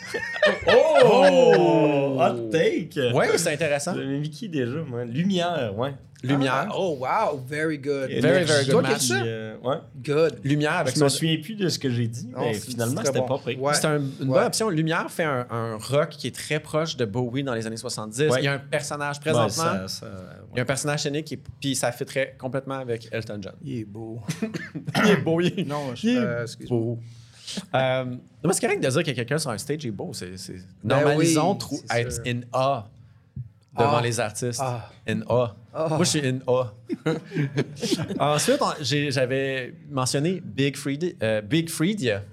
Oh! Hot take! Ouais, c'est intéressant. J'avais mis qui déjà, moi? Lumière, ouais. Lumière. Ah, *laughs* oh, wow. Very good. Very, very Énergie, good toi, match. puis, euh, ouais. Good. Lumière avec Je me son. souviens plus de ce que j'ai dit, Non, mais c'est- finalement, c'est c'était très pas bon. pris. Ouais. C'est un- une Ouais. bonne option. Lumière fait un, un rock qui est très proche de Bowie dans les années 70. Ouais. Il y a un personnage Ouais, présentement. Ben, ça- ça- *coughs* Il y a un personnage unique qui, puis ça fitterait complètement avec Elton John. Il est beau. Il est beau, il est *laughs* Non, je Il est euh, excuse-moi. beau. Euh, non, mais c'est correct de dire que quelqu'un sur un stage est beau. C'est, c'est- Ben Normalisons oui, trou- c'est être sûr. in awe devant Ah. les artistes. Ah. In awe. Ah. Moi, je suis in awe. *laughs* Ensuite, on- j'ai- j'avais mentionné Big, Freed, euh, Big Freedia.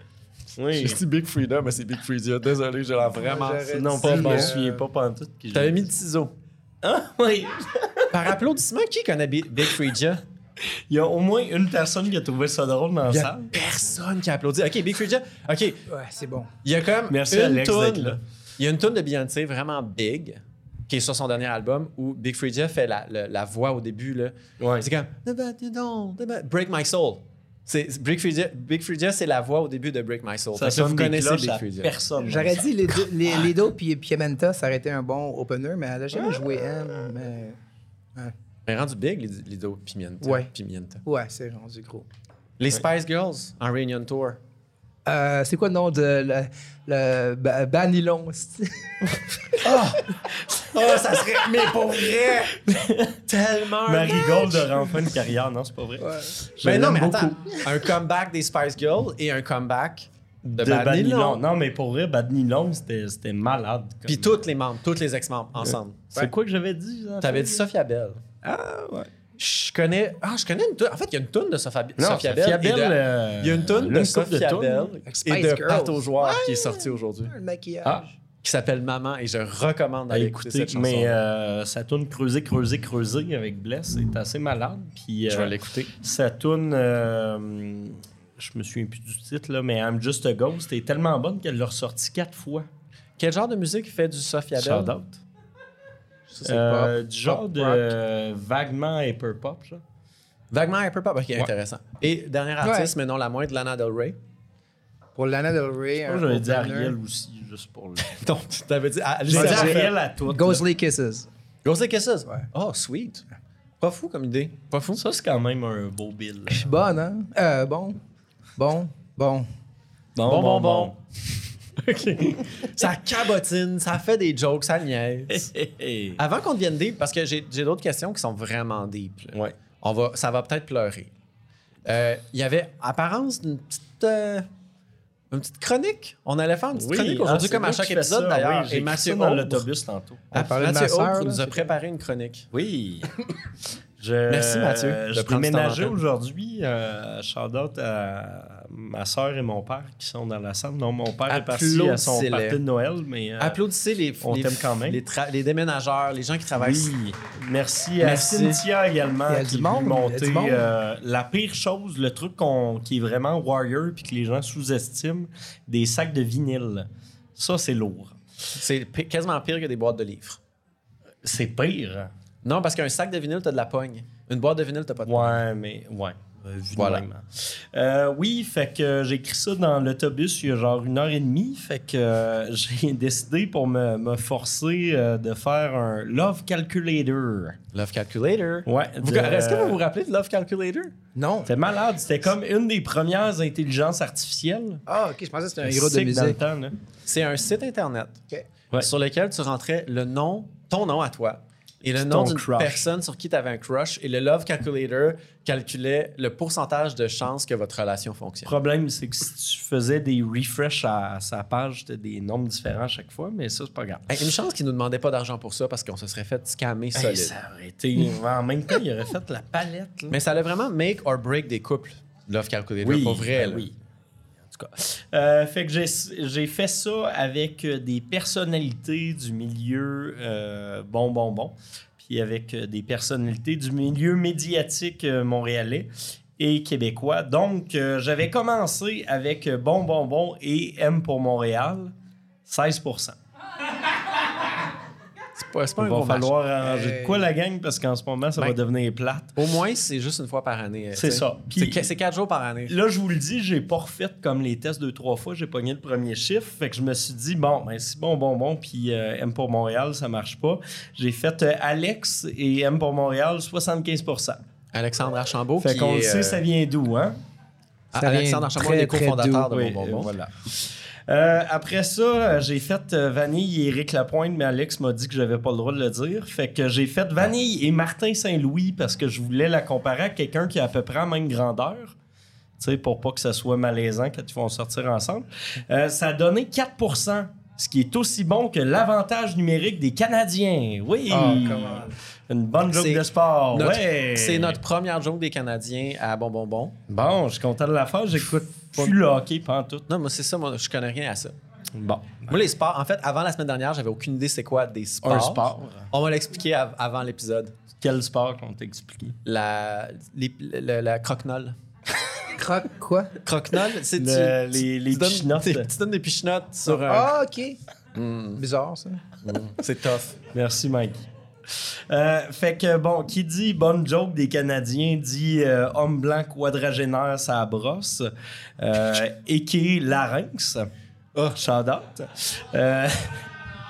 Oui. J'ai dit Big Freedom, mais c'est Big Freedia. Désolé, j'ai l'air vraiment. J'aurais- Non, C'est pas, je bon. me souviens pas pantoute. que j'ai T'avais mis dit. le ciseau. Ah, oui. Par applaudissement, qui connaît Bi- Big Freedia? Il y a au moins une personne qui a trouvé ça drôle dans la Il y a salle. personne qui applaudit. OK, Big Freedia. OK, Ouais, c'est bon. Il y a comme Merci, une Alex, d'être toune- là. Il y a une tune de Beyoncé vraiment big qui est sur son dernier album où Big Freedia fait la, la- la voix au début là. Ouais. C'est comme Nobody don't, nobody- Break My Soul. C'est Big Freedia, Big Freedia, c'est la voix au début de Break My Soul. Fait Ça que sonne vous des connaissez cloches Big à Freedia. personne. J'aurais dit les deux, les, les deux puis Piementa, ça aurait été un bon opener, mais elle a jamais joué M. Mais... Mais rendu big les, les deux Pimienta. Ouais. Pimienta. Ouais, c'est rendu gros. Les Spice Girls en Reunion Tour. Euh, c'est quoi le nom de le, le ba- Banilon? *laughs* c'est- Oh, Ah! ça serait mais pour vrai. Tellement un Marigold de renfin une carrière, non, c'est pas vrai. Je Mais non, l'aime mais beaucoup. attends, un comeback des Spice Girls et un comeback de, De Bad Bad Nylon. Nylon. Non, mais pour vrai, Bad Nylon, c'était c'était malade. comme- Puis tous les membres, tous les ex-membres ensemble. C'est quoi que j'avais dit? Jean-Philippe? T'avais dit Sophia Bell. Ah, ouais. Je connais. Ah, je connais une toune. En fait, il y a une toune de Sophia, Non, Sophia Bell. et de- euh, Il y a une toune là, de couple Sophia tounes. Bell Avec et Spice de Girls. Pat aux joueurs qui est sortie aujourd'hui, Le maquillage. Ah. qui s'appelle Maman et je recommande À d'aller écouter écouter, cette chanson. Bah, mais euh, sa tourne creuser, creuser, creuser avec Bless est assez malade. Puis je euh, vais l'écouter. sa tourne, je me souviens plus du titre là, mais I'm Just a Ghost est tellement bonne qu'elle l'a ressortie quatre fois. Quel genre de musique fait du Sophia Shout Bell out. Ça, c'est Euh, pop. du genre Pop de rock. euh, vaguement hyper pop. Genre. Vaguement Hyper Pop, ok, intéressant. Et dernier artiste, mais non la moindre, Lana Del Rey. Pour Lana Del Rey. Moi, un j'avais dit opener. Ariel aussi, juste pour le. *laughs* Donc, tu t'avais dit. Ah, J'ai dit Alicia Keys. Ariel à tout. Ghostly Kisses. Ghostly Kisses. Ouais. Oh, sweet. Pas fou comme idée. Pas fou. Ça, c'est quand même un beau bill. Je suis bonne, hein? Euh, bon. Bon. Bon. Bon, Bon, bon, *laughs* bon. Ça cabotine, ça fait des jokes, ça *laughs* niaise. ouais. Avant qu'on devienne deep, parce que j'ai j'ai d'autres questions qui sont vraiment deep. là. On va, ça va peut-être pleurer. Euh, Il y avait apparence d'une petite, euh, une petite chronique. On allait faire une petite chronique ah, aujourd'hui, comme à chaque épisode d'ailleurs. Et et Mathieu dans Aubre- l'autobus tantôt. Ah, On parlait de Mathieu ma sœur, Aubre là, nous a c'est préparé une chronique. Oui. Je- Merci, Mathieu, euh, de Je prendre ce temps déménageais d'antenne. aujourd'hui. Euh, shout out à ma soeur et mon père qui sont dans la salle. Non, mon père est parti à son Applaudissez-les. party de Noël, mais. euh, Applaudissez les, on les, t'aime quand même. les, tra- les déménageurs, les gens qui travaillent. oui. Ah ben, Merci, Merci. à Cynthia également Il y a qui du est venue monde, il y a du monter monde. euh, la pire chose, le truc qu'on- qui est vraiment warrior puis que les gens sous-estiment, des sacs de vinyle. Ça, c'est lourd. C'est pi- quasiment pire que des boîtes de livres. C'est pire. hein? Non, parce qu'un sac de vinyle, t'as de la pogne. Une boîte de vinyle, t'as pas de pogne. Ouais, mais ouais. euh, vu de Voilà. même. Euh, oui, fait que euh, j'ai écrit ça dans l'autobus il y a genre une heure et demie. Fait que euh, *laughs* j'ai décidé pour me, me forcer euh, de faire un Love Calculator. Love Calculator. Ouais. Vous- de- Est-ce que vous vous rappelez de Love Calculator? Non. C'était malade. C'était comme une des premières intelligences artificielles. Ah, ok, je pensais que c'était un C'est héros de que dans le musique. temps, là. C'est un site internet Ok. Ouais. sur lequel tu rentrais le nom, ton nom à toi et le nom Ton d'une crush. personne sur qui tu avais un crush et le Love Calculator calculait le pourcentage de chances que votre relation Le fonctionne. problème, c'est que si tu faisais des refresh à, à sa page, c'était des nombres différents à chaque fois, mais ça, c'est pas grave. Hey, une chance qu'ils nous demandaient pas d'argent pour ça parce qu'on se serait fait scammer Hey, solide. ça aurait été. En même temps, il aurait fait la palette. là. Mais ça allait vraiment make or break des couples, Love Calculator, Oui, pour vrai. ben là. oui. En tout cas. Euh, fait que j'ai- j'ai fait ça avec euh, des personnalités du milieu euh, bon, bon, bon. Puis avec euh, des personnalités du milieu médiatique euh, montréalais et québécois. Donc, euh, j'avais commencé avec euh, Bon, bon, bon et M pour Montréal, 16 C'est pas, c'est pas un Il gros va match. Euh, falloir arranger Hey. de quoi la gang parce qu'en ce moment, ça Ben. va devenir plate. Au moins, c'est juste une fois par année. euh, C'est tu sais. ça. C'est Puis- qu- C'est quatre jours par année. Là, je vous le dis, j'ai pas refait comme les tests deux, trois fois. J'ai pogné le premier chiffre. Fait que je me suis dit, bon, ben, si bon, bon, bon, puis euh, M pour Montréal, ça marche pas. J'ai fait euh, Alex et M pour Montréal, 75 Alexandre Archambault. Fait qui qu'on est, le sait, euh, ça vient d'où, hein? Ah, Ça vient Alexandre Archambault, très, est très cofondateur de Oui, Bon Bon Bon. euh, voilà. Euh, après ça, euh, j'ai fait euh, Vanille et Éric Lapointe, mais Alex m'a dit que j'avais pas le droit de le dire. Fait que j'ai fait Vanille et Martin Saint-Louis parce que je voulais la comparer à quelqu'un qui a à peu près la même grandeur. Tu sais, pour pas que ça soit malaisant quand ils vont sortir ensemble. Euh, ça a donné 4 ce qui est aussi bon que l'avantage numérique des Canadiens. Oui! Une bonne joke C'est de sport. notre- ouais. C'est notre première joke des Canadiens à Bon Bon Bon. Bon, je suis content de la faire. J'écoute plus le hockey, pas en tout. Non, moi, c'est ça, moi, je connais rien à ça. Bon. Moi, les sports, en fait, avant la semaine dernière, j'avais aucune idée c'est quoi des sports. Un sport. On m'a l'expliqué av- avant l'épisode. Quel sport qu'on t'explique? La, les- le- la croquenole. Croc, quoi? Croquenole, c'est Le- tu, tu- les- les tu donnes, *laughs* pichenottes. tu- tu donnes des pichenottes sur un. Ah, OK. Hmm. Bizarre, ça. C'est tough. Merci, Mike. Euh, fait que bon, qui dit bonne joke des Canadiens dit euh, homme blanc quadragénaire, ça brosse. Euh, Eke larynx. Oh, Ah. shout out. Euh, *laughs*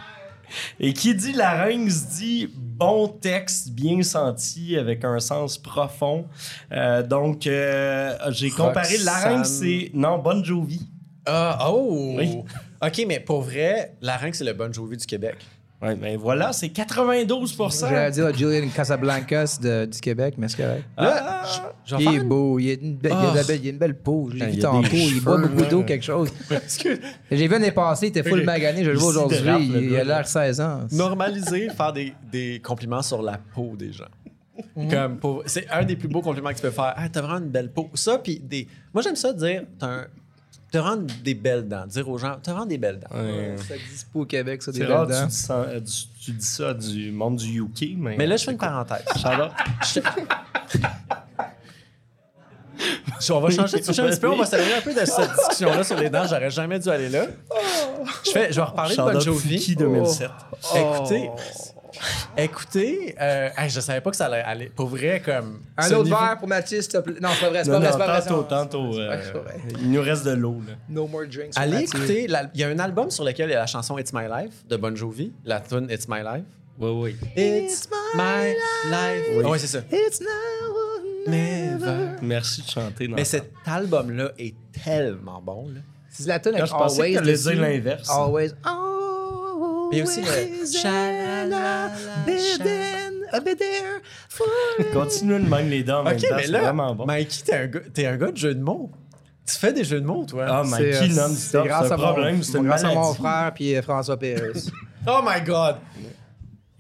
et qui dit larynx dit bon texte bien senti avec un sens profond. Euh, donc, euh, j'ai comparé Roxane. larynx et. Non, bonne Jovi. Ah, oh! Oui. OK, mais pour vrai, la Larynx, c'est le Bon Jovi du Québec. Ouais, ben voilà, c'est 92 J'allais dire Julian Casablancas de- du Québec, mais c'est correct. Ah. Là, je- je vais Il est faire une- beau, il a une, be- il a de la Oh. belle- il a une belle peau. Je Putain, l'ai il vu y a des tantôt, il boit cheveux, beaucoup d'eau, là. quelque chose. *laughs* Excuse. J'ai vu l'année passée, il était full Il- magané, je le vois il aujourd'hui, sidérape, le il, il gars, a là. l'air 16 ans. *laughs* normaliser faire des, des compliments sur la peau des gens. Comme pour- c'est un des plus beaux compliments que tu peux faire. Ah, t'as vraiment une belle peau. Ça, puis des. Moi, j'aime ça dire. T'as un- t'as vraiment des belles dents. Dire aux gens, t'as vraiment des belles dents. Ça existe pas au Québec, ça, des C'est rare que belles dents. tu dis, ça, euh, du- tu dis ça du monde du UK, mais. Mais là, je fais une parenthèse. *laughs* Charlotte, Je- on va changer de sujet un petit peu. On va s'éloigner un peu de cette discussion-là sur les dents. J'aurais jamais dû aller là. Je, fais, je vais reparler de Bon Charlotte Jovi. Oh. Fouki 2007. Écoutez, écoutez, euh, hey, je savais pas que ça allait aller. Pour vrai, comme. Un ce autre niveau- verre pour Mathis, s'il te plaît. Non, c'est pas vrai, c'est Non, pas non, vrai, c'est tantôt, pas vrai. tantôt. c'est euh, pas vrai, c'est pas vrai. il nous reste de l'eau, là. No more drinks. pour Allez Mathieu. écouter, la- il y a un album sur lequel il y a la chanson It's My Life de Bon Jovi, la tune It's My Life. Oui, oui. It's my life. Oui. Ah ouais, c'est ça. It's now or never. Never. Merci de chanter. Dans Mais cet album-là est tellement bon. Là. C'est la tonne avec je pensais que Always. t'allais dessus. dire l'inverse. Always. Il y a aussi le- Always and I'll Sha- be there, I'll be there for you. Continue de même les dents en même Ok, temps, mais c'est là, vraiment bon. Mikey, t'es un, gars- t'es un gars de jeu de mots. Tu fais des jeux de mots, toi. Ah, C'est, Mikey, euh, non, c'est stop, grâce c'est à un mon- problème, c'est une grâce à mon maladie. frère puis euh, François *laughs* Pérez. Oh my God!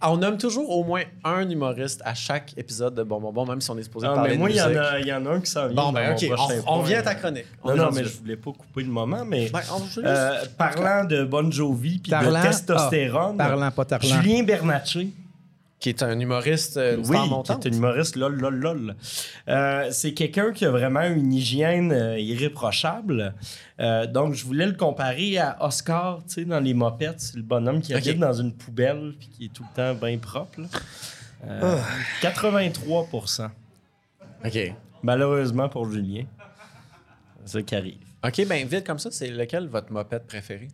On nomme toujours au moins un humoriste à chaque épisode de Bon Bon Bon, même si on est supposé Non, parler Ah, mais moi, de il y, musique. en a- il y en a un qui s'en vient. Bon, dans ben, mon OK, prochain on, on point. vient à ta chronique. On Non, est non, rendu mais là. je voulais pas couper le moment, mais. Ouais, Ben, on- je- euh, parlant de Bon Jovi puis de Parlant- testostérone, ah, parlant, pas tarlant. Julien Bernatchez, Qui est un humoriste euh, une oui, star montante. qui est un humoriste lol lol lol. Euh, c'est quelqu'un qui a vraiment une hygiène euh, irréprochable. Euh, donc je voulais le comparer à Oscar, tu sais dans les mopettes, c'est le bonhomme qui Ok. habite dans une poubelle puis qui est tout le temps bien propre. là. Euh, 83 OK. malheureusement pour Julien. C'est ça qui arrive. OK, ben vite comme ça, c'est lequel votre mopette préférée?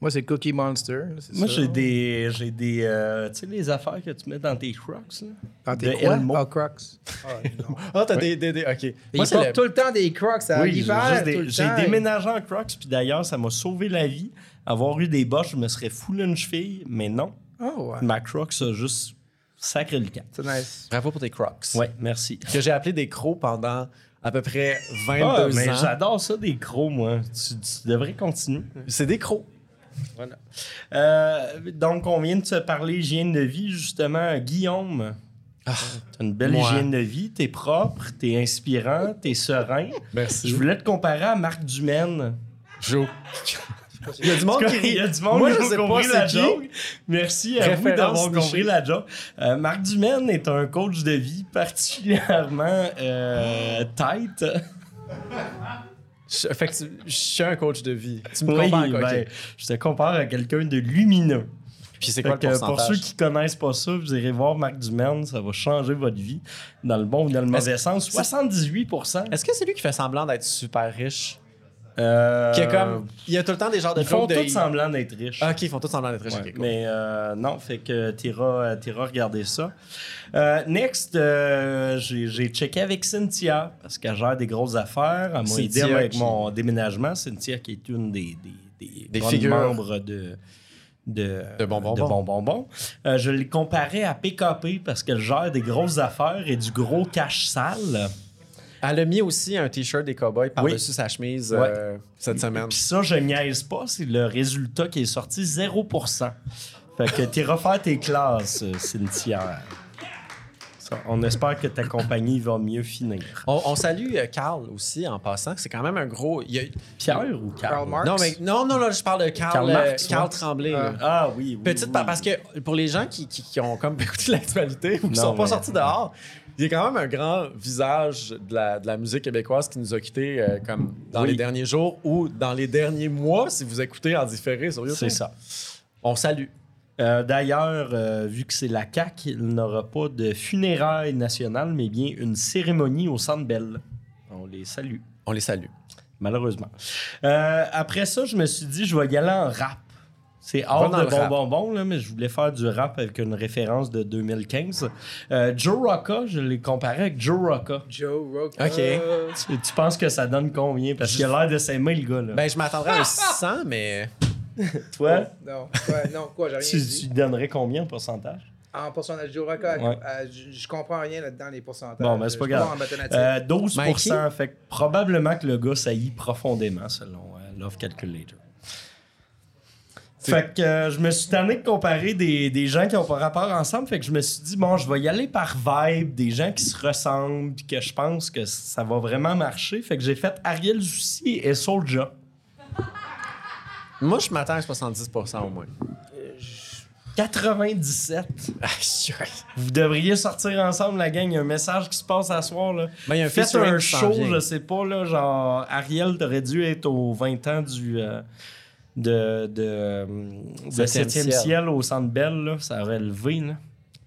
Moi, c'est Cookie Monster. c'est Moi ça. j'ai des j'ai des euh, tu sais les affaires que tu mets dans tes Crocs là. Ah, t'es de quoi? Elmo. Ah, Crocs. Ah, t'as des, des, OK. Moi, Moi, il c'est porte le... tout le temps des Crocs à Oui, j'ai Euh, l'hiver. juste des- tout le j'ai temps. déménagé en Crocs, puis d'ailleurs, ça m'a sauvé la vie. Avoir eu des boches, je me serais foulé une cheville, mais non. Oh, ouais. Ma Crocs a juste sacré le camp. C'est nice. Bravo pour tes Crocs. Ouais, merci. Que j'ai appelé des crocs pendant à peu près 22 Ah, mais ans. j'adore ça, des crocs, moi. Tu, tu devrais continuer. C'est des crocs. Voilà. Euh, donc, on vient de se parler hygiène de vie, justement. Guillaume, t'as une belle moi. hygiène de vie. T'es propre, t'es inspirant, t'es serein. Je Merci. voulais te comparer à Marc Dumaine. Joe. Il y a du monde qui *laughs* Il rit. y a du monde Moi, qui je a sais compris pas la c'est qui. joke. Merci à vous Référence d'avoir nichée. compris la joke. Euh, Marc Dumaine est un coach de vie particulièrement euh, *laughs* tight. Je- Fait que tu- je suis un coach de vie. Tu me Oui, compares, ben, OK. je te compare à quelqu'un de lumineux. Puis c'est Fait quoi le que, euh, pour pourcentage? ceux qui connaissent pas ça, vous irez voir Marc Dumaine, ça va changer votre vie dans le bon ou dans le mauvais sens. 78 Est-ce que c'est lui qui fait semblant d'être super riche? euh, Qui est comme... Il y a tout le temps des genres de Ils font jokes de... Ah, tous semblant d'être riches. Ok, ils font tous semblant d'être riches. Ouais, ok, cool. Mais euh, non, fait que t'iras euh, t'iras regarder ça. Euh, next, euh, j'ai j'ai checké avec Cynthia parce qu'elle gère des grosses affaires. Elle m'a aidé Cynthia avec qui- mon déménagement. Cynthia qui est une des, des, des, Des grandes figures. membres de. De, De Bon Bon de Bon. Bon Bon Bon. Euh, je l'ai comparé à PKP parce qu'elle gère des grosses affaires et du gros cash sale. Elle a mis aussi un t-shirt des cowboys par-dessus sa chemise euh, cette semaine. Puis ça, je niaise pas, c'est le résultat qui est sorti 0%. Fait que t'es refaire tes classes, euh, Cynthia. Ça, on espère que ta compagnie va mieux finir. On, on salue euh, Carl aussi en passant. C'est quand même un gros. il y a- Pierre ou Carl? Karl Marx. Non, mais non, non, là, je parle de Carl, Karl euh, Marx, Karl ouais. Tremblay. Ah. là. Ah oui, oui. Petite, oui. pa- parce que pour les gens qui, qui- qui ont comme *laughs* pas écouté l'actualité ou qui Non, sont pas mais- sortis dehors, il y a quand même un grand visage de la, de la musique québécoise qui nous a quittés euh, comme dans Oui. les derniers jours ou dans les derniers mois, si vous écoutez en différé sur YouTube. C'est ça. On salue. Euh, D'ailleurs, euh, vu que c'est la CAQ, il n'aura pas de funérailles nationales, mais bien une cérémonie au Centre Bell. On les salue. On les salue. malheureusement. Euh, après ça, je me suis dit, je vais y aller en rap. C'est hors dans de le bon rap. bon bon, là, mais je voulais faire du rap avec une référence de 2015. Euh, Joe Rocca, je l'ai comparé avec Joe Rocca. Joe Rogan. Euh, OK. Tu, tu penses que ça donne combien? Parce qu'il a l'air de s'aimer, le gars. Là. Ben, je m'attendrais à un 600, mais. Toi, Non, ouais, non, quoi, j'ai rien Hein? tu, dit. tu donnerais combien en pourcentage? En pourcentage de Joe Rogan, Ouais. euh, je je comprends rien là-dedans, les pourcentages. Bon, ben, c'est pas Euh, Je suis grave. en mathématiques. Euh, 12 Mikey? fait que probablement que le gars saillit profondément, selon euh, Love Calculator. Fait que euh, je me suis tanné de comparer des, des gens qui ont pas rapport ensemble. Fait que je me suis dit, bon, je vais y aller par vibe, des gens qui se ressemblent, puis que je pense que ça va vraiment marcher. Fait que j'ai fait Ariel Zussi et Soulja. Moi, je m'attends à 70% au moins. 97. Aïe, aïe. Vous devriez sortir ensemble, la gang. Il y a un message qui se passe à soir. Là. Ben, il y a un Faites featuring un qui s'en show, vient. je sais pas, là, genre Ariel, t'aurais dû être aux 20 ans du. euh, de, de, de Septième 7e ciel. ciel au Centre Bell, là, ça aurait levé, là.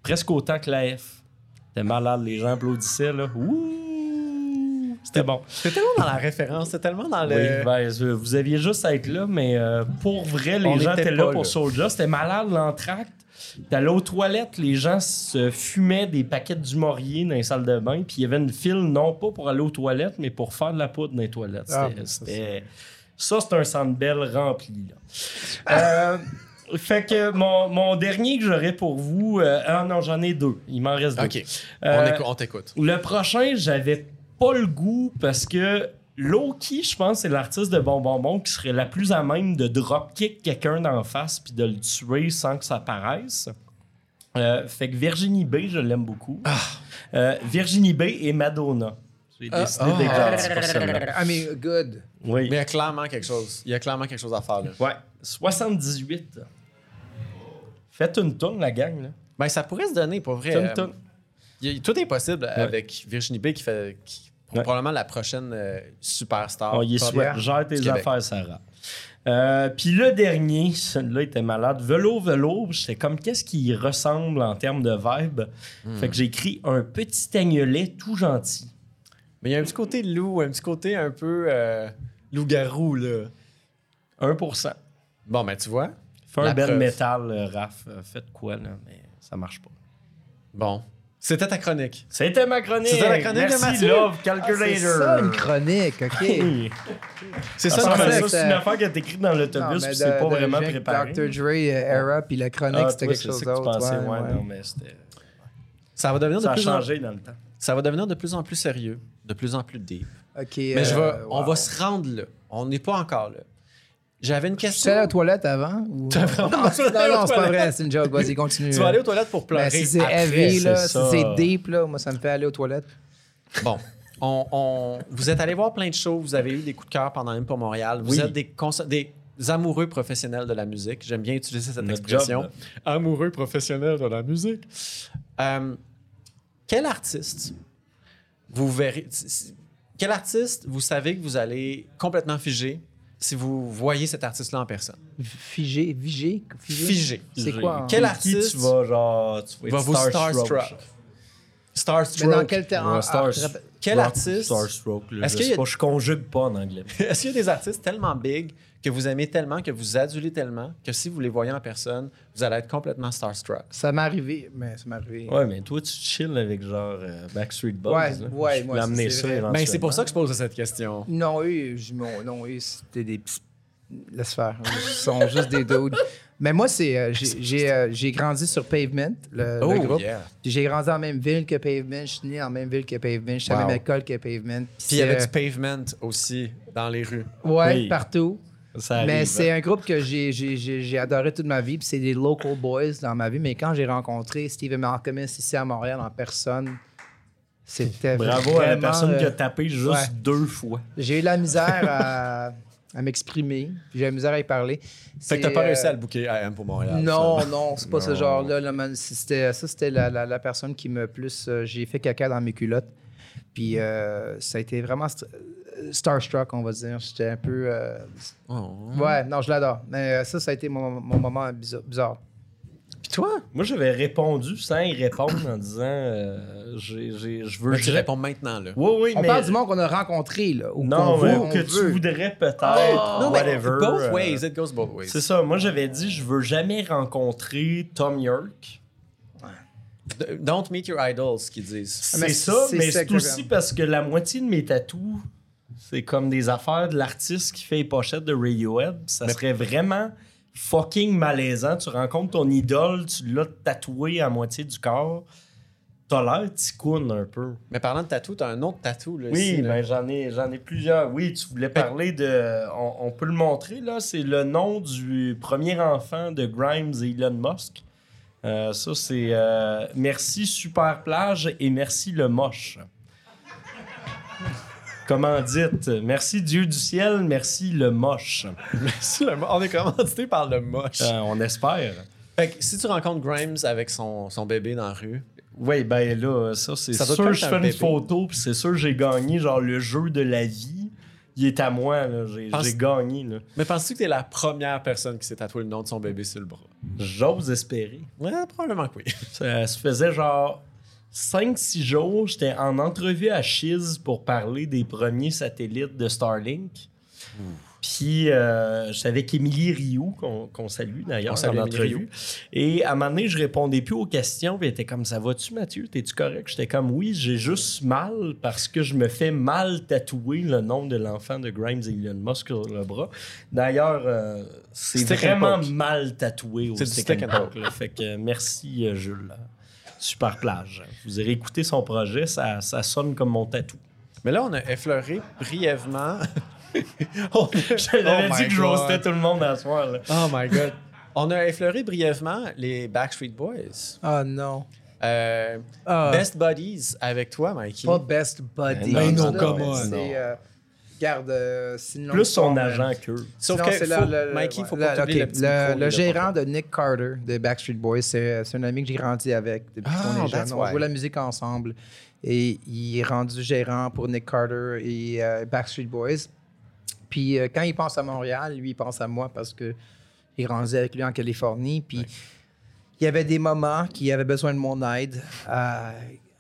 presque autant que la F. C'était malade, les gens applaudissaient. Là. Ouh! C'était bon. C'est tellement dans la référence, c'est tellement dans le. Oui, ben, je- vous aviez juste à être là, mais euh, pour vrai, les On gens était étaient là pas pour là. Soulja. C'était malade l'entracte. T'allais aux toilettes, les gens se fumaient des paquets du Maurier dans les salles de bain, puis il y avait une file, non pas pour aller aux toilettes, mais pour faire de la poudre dans les toilettes. Ah, C'était- ben, ça, c'était- ça, c'est un centre belle rempli. Ah! là. Euh, fait que mon, mon dernier que j'aurais pour vous, euh, ah non, j'en ai deux. Il m'en reste deux. Ok. Euh, On écou- On t'écoute. le prochain, j'avais pas le goût parce que Loki, je pense, c'est l'artiste de Bon Bon Bon qui serait la plus à même de dropkick quelqu'un d'en face puis de le tuer sans que ça paraisse. Euh, fait que Virginie B, je l'aime beaucoup. Ah. Euh, Virginie B et Madonna. J'ai décidé ah. d'être gentil pour celle-là. I mean, good. Oui. Mais il y a clairement quelque chose. Il y a clairement quelque chose à faire là. Ouais. 78. Faites une tonne, la gang. Là. Ben, ça pourrait se donner, pour vrai. Faites une Euh, tonne. il y a- tout est possible avec Virginie B qui fait qui- Ouais. probablement la prochaine euh, superstar. On y est Pop. souhaite. Gère tes du Québec. affaires, Sarah. Euh, Puis le dernier, celui-là était malade. Velo, velo, j'étais comme qu'est-ce qui ressemble en termes de vibe. Hmm. Fait que j'ai écrit un petit agnelet tout gentil. Mais il y a un petit côté loup, un petit côté un peu euh, loup-garou là. 1%. Bon, ben tu vois. Fais un La bel preuve. métal, euh, Raph. Euh, Faites quoi, là? Mais ça marche pas. Bon. C'était ta chronique. C'était ma chronique. C'était la chronique de Merci, Mathieu. Love Ah, C'est Calculator. ça, une chronique, *laughs* OK. Hey. C'est Ça, ça, ça, la chronique. chronique, c'est ça- une affaire qui est écrite dans Non, mais l'autobus, puis de- c'est pas de vraiment Jake, préparé. Dr. Dre, euh, Era, puis la chronique, Ah, c'était toi, c'est quelque ça chose que tu d'autre. pensais, ouais, ouais, ouais. non, mais c'était- Ça va devenir de Ça a plus en... changé dans le temps. ça va devenir de plus en plus sérieux, de plus en plus deep. OK. Mais je euh, vais- on wow. va se rendre là. On n'est pas encore là. J'avais une Tu es allé question. aux toilettes avant? Ou... *laughs* T'as vraiment non, non, non, c'est allé aux pas toilettes? vrai, c'est une joke. Vas-y, continue. Tu vas aller aux toilettes pour pleurer. Mais si Ben, c'est après. heavy, là, c'est si ça. c'est deep, là, moi, ça me fait aller aux toilettes. Bon. On, on- vous êtes allé voir plein de shows, vous avez eu des coups de cœur pendant M pour Montréal, vous Oui. êtes des, conso- des amoureux professionnels de la musique. J'aime bien utiliser cette Notre expression. job, amoureux professionnels de la musique. Euh, quel artiste vous verrez. Quel artiste vous savez que vous allez complètement figer si vous voyez cet artiste-là en personne? Figé, vigé, figé. Figé. C'est quoi? hein? Quel Avec qui artiste tu vas, genre, tu vas Va être vous starstruck. starstruck. Starstruck. Mais *laughs* dans quel terme? Ouais, Ah, stars- rap- Quel rock, artiste? Starstruck. là, Est-ce je qu'il y sais a- pas, je conjugue pas en anglais. Est-ce qu'il y a des artistes tellement big que vous aimez tellement, que vous adulez tellement, que si vous les voyez en personne, vous allez être complètement starstruck? Ça m'est arrivé, mais ça m'est arrivé. Ouais, mais toi, tu chill avec genre euh, Backstreet Boys. Ouais, là. ouais, Je peux ouais, l'amener c'est ça vrai. Ben, Ben, c'est pour éventuellement. ça que je pose cette question. Non, eux, je- non, non, eux, c'était des petits. Laisse faire. Ils sont juste des dudes. Mais moi, c'est, euh, j'ai, j'ai, euh, j'ai grandi sur Pavement, le, Oh, le groupe. yeah. Puis J'ai grandi en même ville que Pavement. Je suis né en même ville que Pavement. Je suis à la Wow. même école que Pavement. Puis il y avait c'est, du pavement aussi dans les rues. euh, Ouais, Oui. partout. Ça arrive, Mais hein. c'est un groupe que j'ai, j'ai, j'ai, j'ai adoré toute ma vie. Puis c'est des local boys dans ma vie. Mais quand j'ai rencontré Steven Malcolmus ici à Montréal en personne, c'était Bravo à la vraiment, personne euh, qui a tapé juste ouais. deux fois. J'ai eu de la misère à, à m'exprimer, puis j'ai eu de la misère à y parler. Fait C'est que t'as pas réussi à le euh, booker à M pour Montréal. Non, non, c'est pas ce Non. genre-là. là, man. C'était- ça, c'était la, la- la personne qui me plus. euh, j'ai fait caca dans mes culottes. Puis euh, ça a été vraiment st- euh, starstruck, on va dire. J'étais un peu. euh, ça. Oh. Ouais, non, je l'adore. Mais euh, ça, ça a été mon, mon moment bizarre. bizarre. Puis toi? Moi, j'avais répondu sans y répondre en disant euh, j'ai- j'ai- je veux. Ben, tu je- réponds maintenant, là. Oui, oui, On mais. parle du monde qu'on a rencontré, là. Ou Non, qu'on mais veut, on que veut. Ah! tu voudrais peut-être. Non, mais whatever. both euh, ways. It goes both ways. C'est ça. Moi, j'avais dit je veux jamais rencontrer Tom York. Ah, D- Don't meet your idols, qu'ils disent. Ah, mais C'est ça, c'est mais ça c'est que aussi j'aime. parce que la moitié de mes tatous, c'est comme des affaires de l'artiste qui fait les pochettes de Radiohead. Ça serait vraiment fucking malaisant. Tu rencontres ton idole, tu l'as tatoué à moitié du corps. T'as l'air ticoune un peu. Mais parlant de tatou, t'as un autre tatou, là. Oui, ici, là. *laughs* ben j'en ai, j'en ai plusieurs. Oui, tu voulais parler de. On, on peut le montrer, là. C'est le nom du premier enfant de Grimes et Elon Musk. Euh, ça, c'est euh, Merci Super Plage et Merci le Moche. Comment dites Merci Dieu du ciel, merci le Moche. Merci, le mo- On est commandité par le moche. Euh, on espère. Fait que si tu rencontres Grimes avec son, son bébé dans la rue, Oui, ben là, ça, c'est Ça doit sûr. être Je un fais une bébé. photo, puis c'est sûr, j'ai gagné, genre, le jeu de la vie. Il est à moi, là. J'ai, Pense- j'ai gagné, là. mais penses-tu que t'es la première personne qui s'est tatoué le nom de son bébé sur le bras? J'ose espérer. Ouais, probablement que oui. Ça se faisait genre 5-6 jours. J'étais en entrevue à Chiz pour parler des premiers satellites de Starlink. Puis, euh, je savais qu'Émilie Rioux, qu'on qu'on salue d'ailleurs, On salue en Émilie entrevue. Et à un moment donné, je répondais plus aux questions. Puis, elle était comme Ça va-tu, Mathieu T'es-tu correct J'étais comme Oui, j'ai juste mal parce que je me fais mal tatouer le nom de l'enfant de Grimes et Elon Musk sur le bras. D'ailleurs, euh, c'est Stick and vraiment poke. mal tatoué au C'est du stick stick and and poke, là. Fait que euh, merci, euh, Jules. Super plage. Vous irez écouter son projet, ça, ça sonne comme mon tatou. *laughs* Mais là, on a effleuré *laughs* brièvement. *laughs* Je l'avais Oh dit my que je God. roastais tout le monde à soir. Là. Ah, Oh my God. On a effleuré brièvement les Backstreet Boys. Ah non. Euh, Ah. Best Buddies avec toi, Mikey. Pas best buddy. Mais non, là, come mais on. C'est. euh, Garde, euh, sinon- Plus son agent qu'eux. Sauf Sinon, que, c'est faut, le- le- le- Mikey, faut ouais, pas le- t'oublier ok, le petit le- micro, il le est là gérant de Nick Carter de Backstreet Boys, c'est euh, c'est un ami que j'ai grandi avec depuis Ah, qu'on est jeune. that's On why. jouait la musique ensemble. Et il est rendu gérant pour Nick Carter et euh, Backstreet Boys. Puis euh, quand il pense à Montréal, lui, il pense à moi parce que il rendait avec lui en Californie. Puis il y avait des moments qui avaient besoin de mon aide. euh,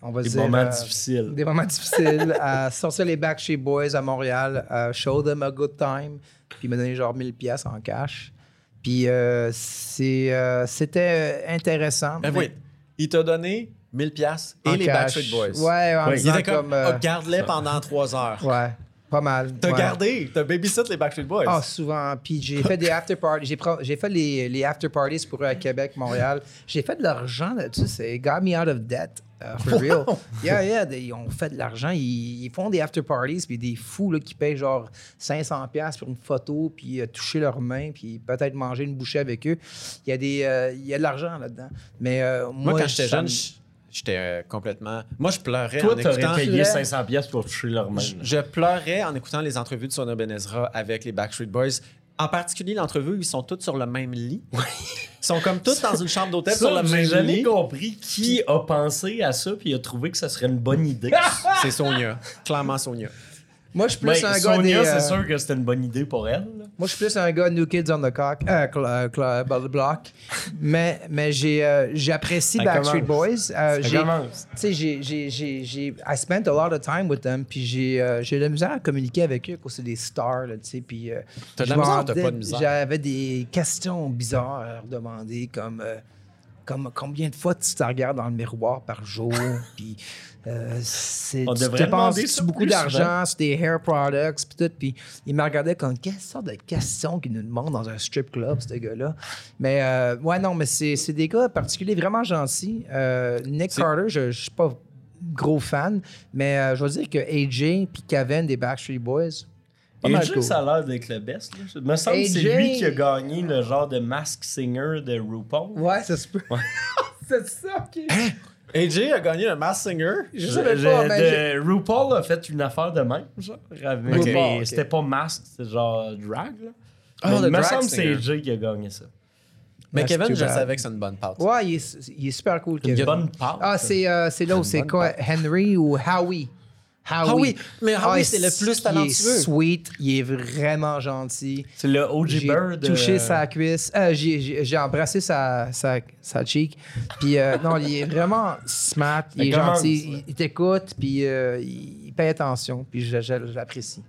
on va Des dire, moments euh, difficiles. Des moments difficiles. à sortir les Backstreet Boys à Montréal, à show them a good time. Puis il m'a donné genre 1000 pièces en cash. Puis euh, c'est, euh, c'était intéressant. Ben oui, il t'a donné 1000 pièces et En les cash. Backstreet Boys. Ouais, en Oui. Il disant était comme... comme, euh, oh, garde-les pendant 3 heures. ouais, pas mal. T'as ouais. gardé, t'as babysit les Backstreet Boys. Ah, souvent. Puis j'ai fait des after parties. J'ai, pro- j'ai fait les, les after parties pour eux à Québec, Montréal. J'ai fait de l'argent là-dessus. C'est got me out of debt. uh, for real. Yeah, yeah. They, ils ont fait de l'argent. Ils, ils font des after parties. Puis des fous là, qui payent genre 500$ pour une photo. Puis euh, toucher leurs mains. Puis peut-être manger une bouchée avec eux. Il y a, des, euh, il y a de l'argent là-dedans. Mais euh, moi, moi, quand j'étais ça jeune, me- j- j'étais euh, complètement. Moi, je pleurais Toi, en t'aurais écoutant. payé Ouais. 500 pièces pour toucher leur main. Je, je pleurais en écoutant les entrevues de Sona Benezra avec les Backstreet Boys. En particulier, l'entrevue où ils sont tous sur le même lit. Ils sont comme tous dans une chambre d'hôtel sur le J'ai même jamais lit. compris qui a *laughs* pensé à ça puis a trouvé que ça serait une bonne idée. C'est Sonia. Clairement Sonia. Moi, je suis plus Ben, un gars Sonia, des, euh, c'est sûr que c'était une bonne idée pour elle. là. Moi, je suis plus un gars New Kids on the Cock, euh, cl- cl- *laughs* cl- Block. Mais, mais j'ai, euh, j'apprécie Ça Backstreet commence. Boys. Ça Euh, j'ai- commence. tu sais, j'ai, j'ai, j'ai, j'ai, I spent a lot of time with them, puis j'ai, euh, j'ai eu de la misère à communiquer avec eux, à cause que c'est des stars, là, tu sais, puis... euh, T'as de la je me misère, t'as rendais- pas de misère. J'avais des questions bizarres à leur demander, comme... euh, comme combien de fois tu te regardes dans le miroir par jour, *laughs* puis euh, c'est, On tu devrait te penses demander tu ça beaucoup plus d'argent sur des hair products, puis tout, puis ils me regardaient comme quelle sorte de question qu'ils nous demandent dans un strip club, ce gars-là. Mais euh, ouais, non, mais c'est, c'est des gars particuliers, vraiment gentils. Euh, Nick Carter, je, je suis pas gros fan, mais euh, je veux dire que AJ puis Kevin des Backstreet Boys, pas mal AJ, cool. ça a l'air d'être le best. Là. Il me semble que c'est AJ. lui qui a gagné le genre de Mask Singer de RuPaul. Ouais, ça se peut. *laughs* c'est ça, ok. Hein? AJ a gagné le Mass Singer. Je Je- savais je- pas, mais j'ai- de- RuPaul a fait une affaire de même, genre. avec- Ok. mais Ok. c'était pas masque, c'était genre drag. Là. Ah, Mais le il me drag semble que c'est singer. Jay qui a gagné ça. Mais Ah, That's Kevin, too je bad. savais que c'est une bonne pâte. Ouais, il est, il est super cool, Une Kevin. bonne part. Ah, c'est, euh, c'est là où c'est bonne quoi, Henry ou Howie? Howie. Howie. Mais Howie, Ah, c'est le plus Il est talentueux. sweet, il est vraiment gentil. C'est le OG J'ai Bird. touché euh, sa cuisse. Euh, j'ai- j'ai j'ai embrassé sa, sa, sa cheek. Puis euh, non, il est vraiment smart, il Mais est comment, ça? gentil, il, il t'écoute, puis euh, il, il paye attention, puis je- je- j'apprécie.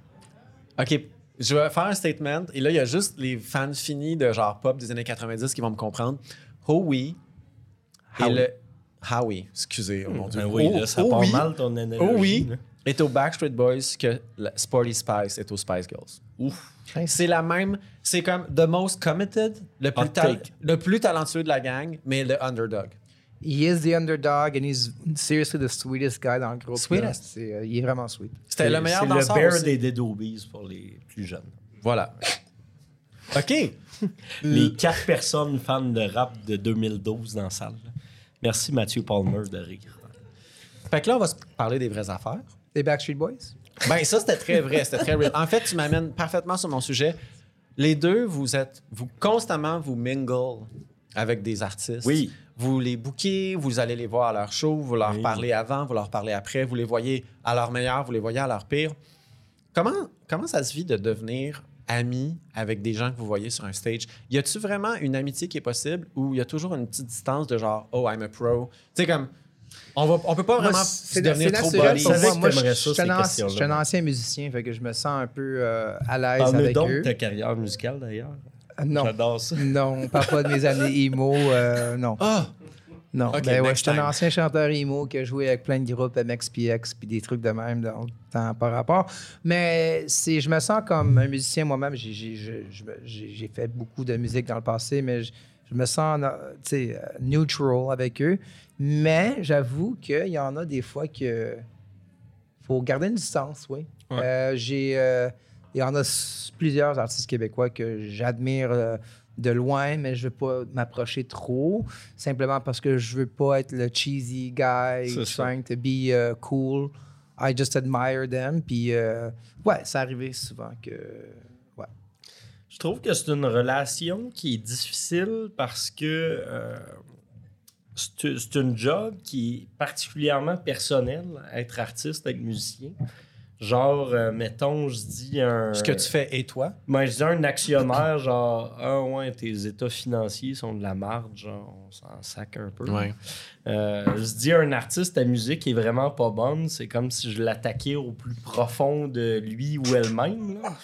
OK, je vais faire un statement. Et là, il y a juste les fans finis de genre pop des années 90 qui vont me comprendre. Howie et Howie. le... Howie, excusez, oh mon Dieu. Ben oui, Oh, là, ça oh part oui, mal ton analogie. Oh oui, là. est aux Backstreet Boys que la Sporty Spice est aux Spice Girls. Ouf. C'est la même, c'est comme the most committed, le plus, Hot tal- take. le plus talentueux de la gang, mais le underdog. He is the underdog and he's seriously the sweetest guy dans le groupe. Sweetest. là. C'est, euh, il est vraiment sweet. C'était le meilleur C'est le danseur Bird aussi. des Dead Obies pour les plus jeunes. Voilà. OK. Les quatre personnes fans de rap de 2012 dans la salle. là. Merci Mathieu Palmer de rire. Fait que là, on va se parler des vraies affaires. Les Backstreet Boys? Ben ça, c'était très vrai, c'était très real. En fait, tu m'amènes parfaitement sur mon sujet. Les deux, vous êtes, vous constamment vous mingle avec des artistes. Oui. Vous les bouquez, vous allez les voir à leur show, vous leur Oui. parlez avant, vous leur parlez après, vous les voyez à leur meilleur, vous les voyez à leur pire. Comment, comment ça se vit de devenir ami avec des gens que vous voyez sur un stage? Y a-tu vraiment une amitié qui est possible ou y a toujours une petite distance de genre, oh, I'm a pro? Tu sais, comme, on, va, on peut pas Moi, vraiment se c'est- devenir c'est trop naturel buddies. pour Je savais que moi, t'aimerais moi, je, ça, je suis ces un anci- questions-là. je suis un ancien musicien, fait que je me sens un peu euh, à l'aise Parle-nous avec donc de eux. ta carrière musicale d'ailleurs. Euh, Non, J'adore ça. non, on parle pas de mes années emo, euh, non. Ah! Non, Ok, ben ouais, next j'étais time. un ancien chanteur emo qui a joué avec plein de groupes MXPX puis des trucs de même dans le temps par rapport. Mais c'est, je me sens comme un musicien moi-même. J'ai, j'ai- je- je me- j'ai- j'ai fait beaucoup de musique dans le passé, mais je, je me sens euh, tu sais, euh, neutral avec eux. Mais j'avoue qu'il y en a des fois que faut garder une distance, oui. Ouais. Euh, j'ai, euh, il y en a s- plusieurs artistes québécois que j'admire euh, de loin, mais je veux pas m'approcher trop, simplement parce que je veux pas être le cheesy guy C'est ça. trying to be euh, cool. I just admire them. Puis euh, ouais, ça arrivait souvent que ouais. Je trouve que c'est une relation qui est difficile parce que euh, c'est c'est une job qui est particulièrement personnelle, être artiste, être musicien. Genre, euh, mettons, je dis un. Ce que tu fais et toi? Ben, je dis un actionnaire, genre, ah ouais, tes états financiers sont de la marge, genre, on s'en sac un peu. Euh, je dis à un artiste, ta musique est vraiment pas bonne. C'est comme si je l'attaquais au plus profond de lui ou elle-même. là.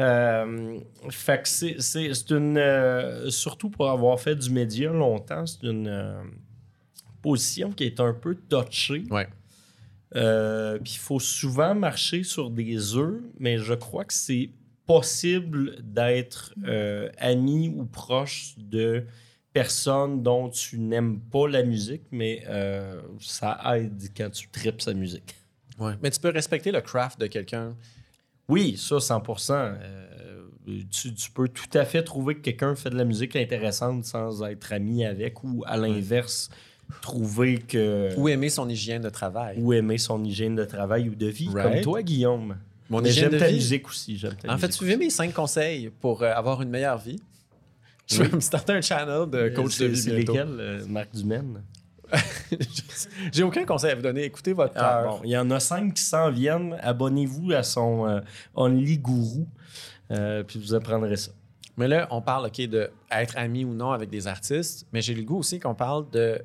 Euh, fait que c'est, c'est- c'est une. euh, surtout pour avoir fait du média longtemps, c'est une euh, position qui est un peu touchée. Ouais. Euh, Puis il faut souvent marcher sur des œufs, mais je crois que c'est possible d'être euh, ami ou proche de personne dont tu n'aimes pas la musique, mais euh, ça aide quand tu tripes sa musique. Ouais. Mais tu peux respecter le craft de quelqu'un. Oui, ça, 100%. Euh, tu, tu peux tout à fait trouver que quelqu'un fait de la musique intéressante sans être ami avec ou à l'inverse, trouver que... Ou aimer son hygiène de travail. ou aimer son hygiène de travail ou de vie, Right. comme toi, Guillaume. Mon Mais hygiène j'aime de ta vie. musique aussi. j'aime ta En fait, musique suivez mes cinq conseils pour euh, avoir une meilleure vie. Je vais me starter un channel de aussi. coach C'est- de vie C'est bientôt. lesquels, euh, Marc Dumaine? *laughs* J'ai aucun conseil à vous donner. Écoutez votre cœur. Ah, bon, il y en a cinq qui s'en viennent. Abonnez-vous à son euh, Only Guru, euh, puis vous apprendrez ça. Mais là, on parle, OK, de être ami ou non avec des artistes, mais j'ai le goût aussi qu'on parle de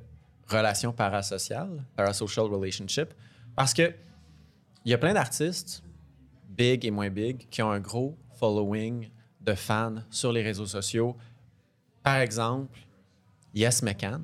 relations parasociales, parasocial relationship, parce que il y a plein d'artistes, big et moins big, qui ont un gros following de fans sur les réseaux sociaux. Par exemple, Yes McCann,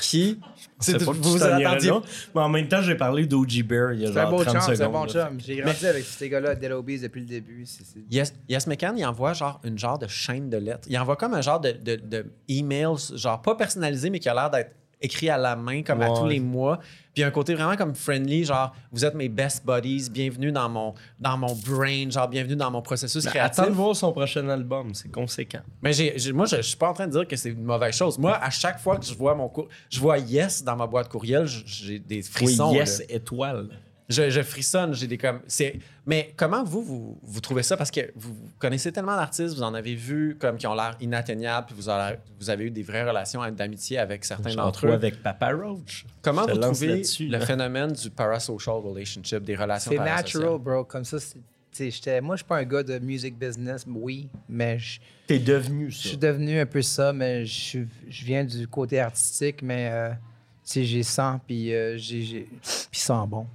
qui... C'est pas que tu t'en irais là, mais en même temps, j'ai parlé d'OG Bear il y a C'est un genre beau 30 chum, secondes. c'est un bon là. chum. J'ai grandi avec ces gars-là à Dead Obies depuis le début. c'est- c'est- Yes, yes McCann, il envoie genre une genre de chaîne de lettres. Il envoie comme un genre de, de, de email, genre pas personnalisé, mais qui a l'air d'être écrit à la main, comme à Ouais. tous les mois. Puis il y a un côté vraiment comme friendly, genre vous êtes mes best buddies, bienvenue dans mon, dans mon brain, genre bienvenue dans mon processus Ben, créatif. attends de voir son prochain album, c'est conséquent. Mais j'ai, j'ai- moi, je, je suis pas en train de dire que c'est une mauvaise chose. Moi, à chaque fois que je vois mon cour- je vois yes dans ma boîte courriel, j- j'ai des frissons. oui, là. Yes Étoile. Je, je frissonne, j'ai des comme. c'est- Mais comment vous, vous, vous trouvez ça? Parce que vous vous connaissez tellement d'artistes, vous en avez vu comme qui ont l'air inatteignables, puis vous, en avez- vous avez eu des vraies relations d'amitié avec certains J'en d'entre trouve eux. avec Papa Roach. Comment Je te vous lance trouvez là-dessus, le là. phénomène du parasocial relationship, des relations C'est parasociales? natural, bro. Comme ça, c'est- tu sais, j'étais- moi, je suis pas un gars de music business, oui, mais je T'es devenu je ça. suis devenu un peu ça, mais je suis- je viens du côté artistique, mais euh, tu sais, j'ai 100, puis euh, j'ai- j'ai- puis 100 bon.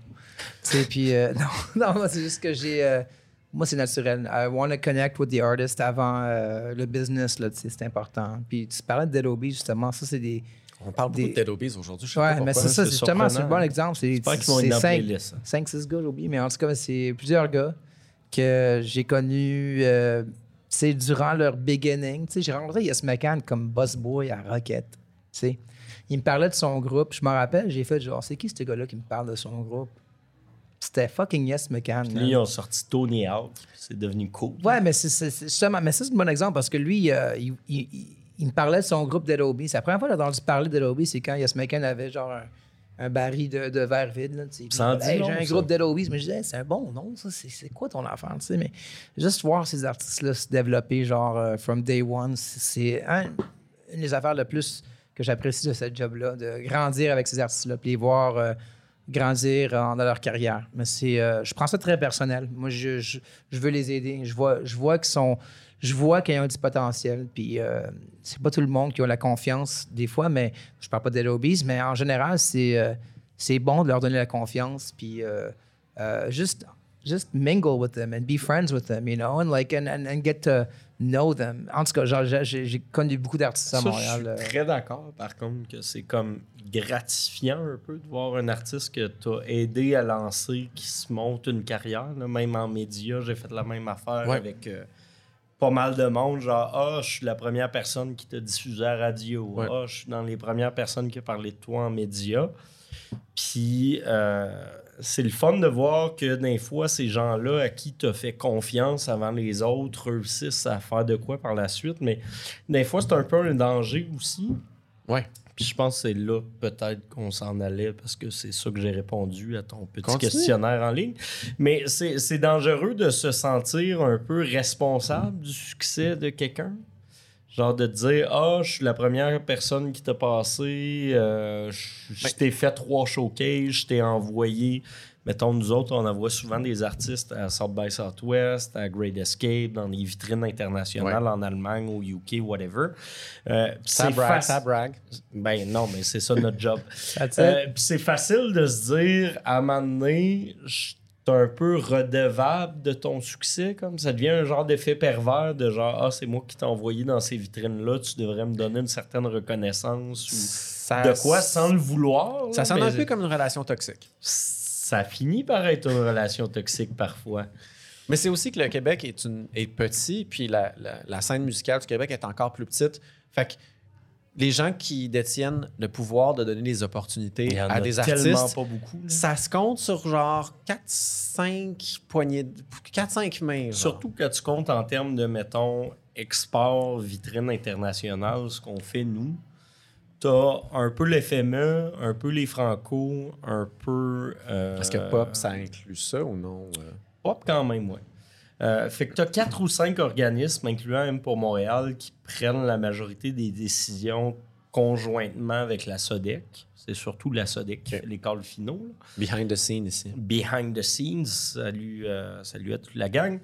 Tu sais, puis euh, *laughs* non, non, moi, c'est juste que j'ai... euh, moi, c'est naturel. I want to connect with the artist avant euh, le business, là, tu sais, c'est important. Puis tu parlais de Dead Obies, justement, ça, c'est des... On parle beaucoup Des- de Dead Obies aujourd'hui. je sais pas Ouais, pourquoi. mais c'est ça, c'est c'est justement, c'est le bon surprenant. exemple. C'est J'espère qu'ils vont être dans la playlist. 5, 6 gars, j'ai oublié, mais en tout cas, c'est plusieurs gars que j'ai connus euh, c'est durant leur beginning. Tu sais, J'ai rencontré Yes McCann comme boss boy à Rocket. tu sais. Il me parlait de son groupe. Je me rappelle, j'ai fait genre, c'est qui ce gars-là qui me parle de son groupe? C'était fucking Yes McCann. Là, man. ils ont sorti Tony Hawk, c'est devenu cool. Ouais, mais c'est c'est- c'est justement, mais ça, c'est un bon exemple parce que lui, euh, il, il- il- il me parlait de son groupe Dead Obies. La première fois que j'ai entendu parler de Dead Obies, c'est quand Yes McCann avait genre un, un baril de, de verre vide. Là, tu sais. Ça en Il dit disait, hey, long, j'ai un ça. groupe Dead Obies, mais je disais, Hey, c'est un bon nom, ça. C'est c'est quoi ton affaire, tu sais? Mais juste voir ces artistes-là se développer, genre, euh, from day one, c'est- c'est un- une des affaires le plus que j'apprécie de ce job-là, de grandir avec ces artistes-là, puis les voir. euh, grandir en- dans leur carrière. Mais c'est, euh, je prends ça très personnel. Moi, je, je, je veux les aider. Je vois, je vois qu'ils sont, je vois qu'ils ont du potentiel. Puis euh, c'est pas tout le monde qui a la confiance des fois, mais je parle pas des lobbies, mais en général, c'est, euh, c'est bon de leur donner la confiance. Puis euh, euh, juste, just mingle with them and be friends with them, you know, and like and, and, and get to know them. En tout cas, genre, j'ai- j'ai, j'ai connu beaucoup d'artistes à Ça, Montréal. Je euh, suis très d'accord, par contre, que c'est comme gratifiant un peu de voir un artiste que tu as aidé à lancer qui se monte une carrière. là. Même en médias, j'ai fait la même affaire Ouais. avec euh, pas mal de monde. Genre, ah, je suis la première personne qui t'a diffusé à la radio. Ah, Ouais. je suis dans les premières personnes qui a parlé de toi en médias. Puis euh, c'est le fun de voir que des fois, ces gens-là à qui tu fait confiance avant les autres réussissent à faire de quoi par la suite. Mais des fois, c'est un peu un danger aussi. Ouais. Puis je pense que c'est là peut-être qu'on s'en allait parce que c'est ça que j'ai répondu à ton petit Continue. questionnaire en ligne. Mais c'est c'est dangereux de se sentir un peu responsable du succès de quelqu'un. Genre de te dire Ah, je suis la première personne qui t'a passé, euh, je je t'ai fait trois showcases, je t'ai envoyé. Mettons, nous autres, on envoie souvent des artistes à South by Southwest, à Great Escape, dans les vitrines internationales en Allemagne, au UK, whatever. Euh, Ça c'est brague, faci- ça brague. Ben non, mais c'est ça notre *laughs* job. That's it. Euh, puis c'est facile de se dire, à un moment donné, je suis un peu redevable de ton succès, comme ça devient un genre d'effet pervers de genre, ah, c'est moi qui t'ai envoyé dans ces vitrines-là, tu devrais me donner une certaine reconnaissance Ça- ou de quoi sans le vouloir. Ça là, sonne mais un peu comme une relation toxique. Ça finit par être une relation toxique parfois. Mais c'est aussi que le Québec est, une, est petit, puis la, la- la scène musicale du Québec est encore plus petite. Fait que les gens qui détiennent le pouvoir de donner des opportunités Il y en à a des tellement artistes, pas beaucoup. là. ça se compte sur genre 4-5 poignées, de- 4-5 mains. genre. Surtout quand tu comptes en termes de, mettons, export, vitrine internationale, ce qu'on fait nous, t'as un peu le FME, E, un peu les Franco, un peu. euh, Est-ce que pop, ça inclut ça ou non? euh? Pop quand même, oui. fait que tu as quatre ou cinq organismes, incluant même pour Montréal, qui prennent la majorité des décisions conjointement avec la SODEC. C'est surtout la SODEC qui fait les calls finaux. là. Behind the scene ici. Behind the scenes. Salut, euh, salut à toute la gang.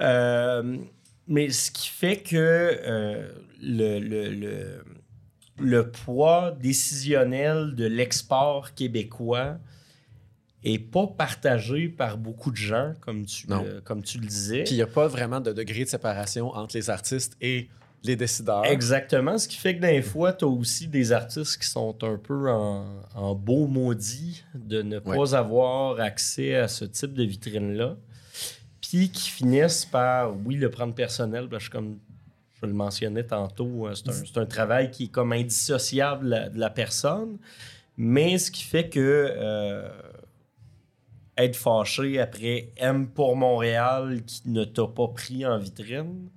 Euh, mais ce qui fait que euh, le, le- le- le poids décisionnel de l'export québécois est pas partagé par beaucoup de gens, comme tu, Non. le, comme tu le disais. Puis il n'y a pas vraiment de degré de séparation entre les artistes et les décideurs. Exactement, ce qui fait que des fois, tu as aussi des artistes qui sont un peu en, en beau maudit de ne Ouais. pas avoir accès à ce type de vitrine-là, puis qui finissent par, oui, le prendre personnel, parce que comme je le mentionnais tantôt, euh, c'est un, c'est un travail qui est comme indissociable de la- de la personne, mais ce qui fait que euh, être fâché après M pour Montréal qui ne t'a pas pris en vitrine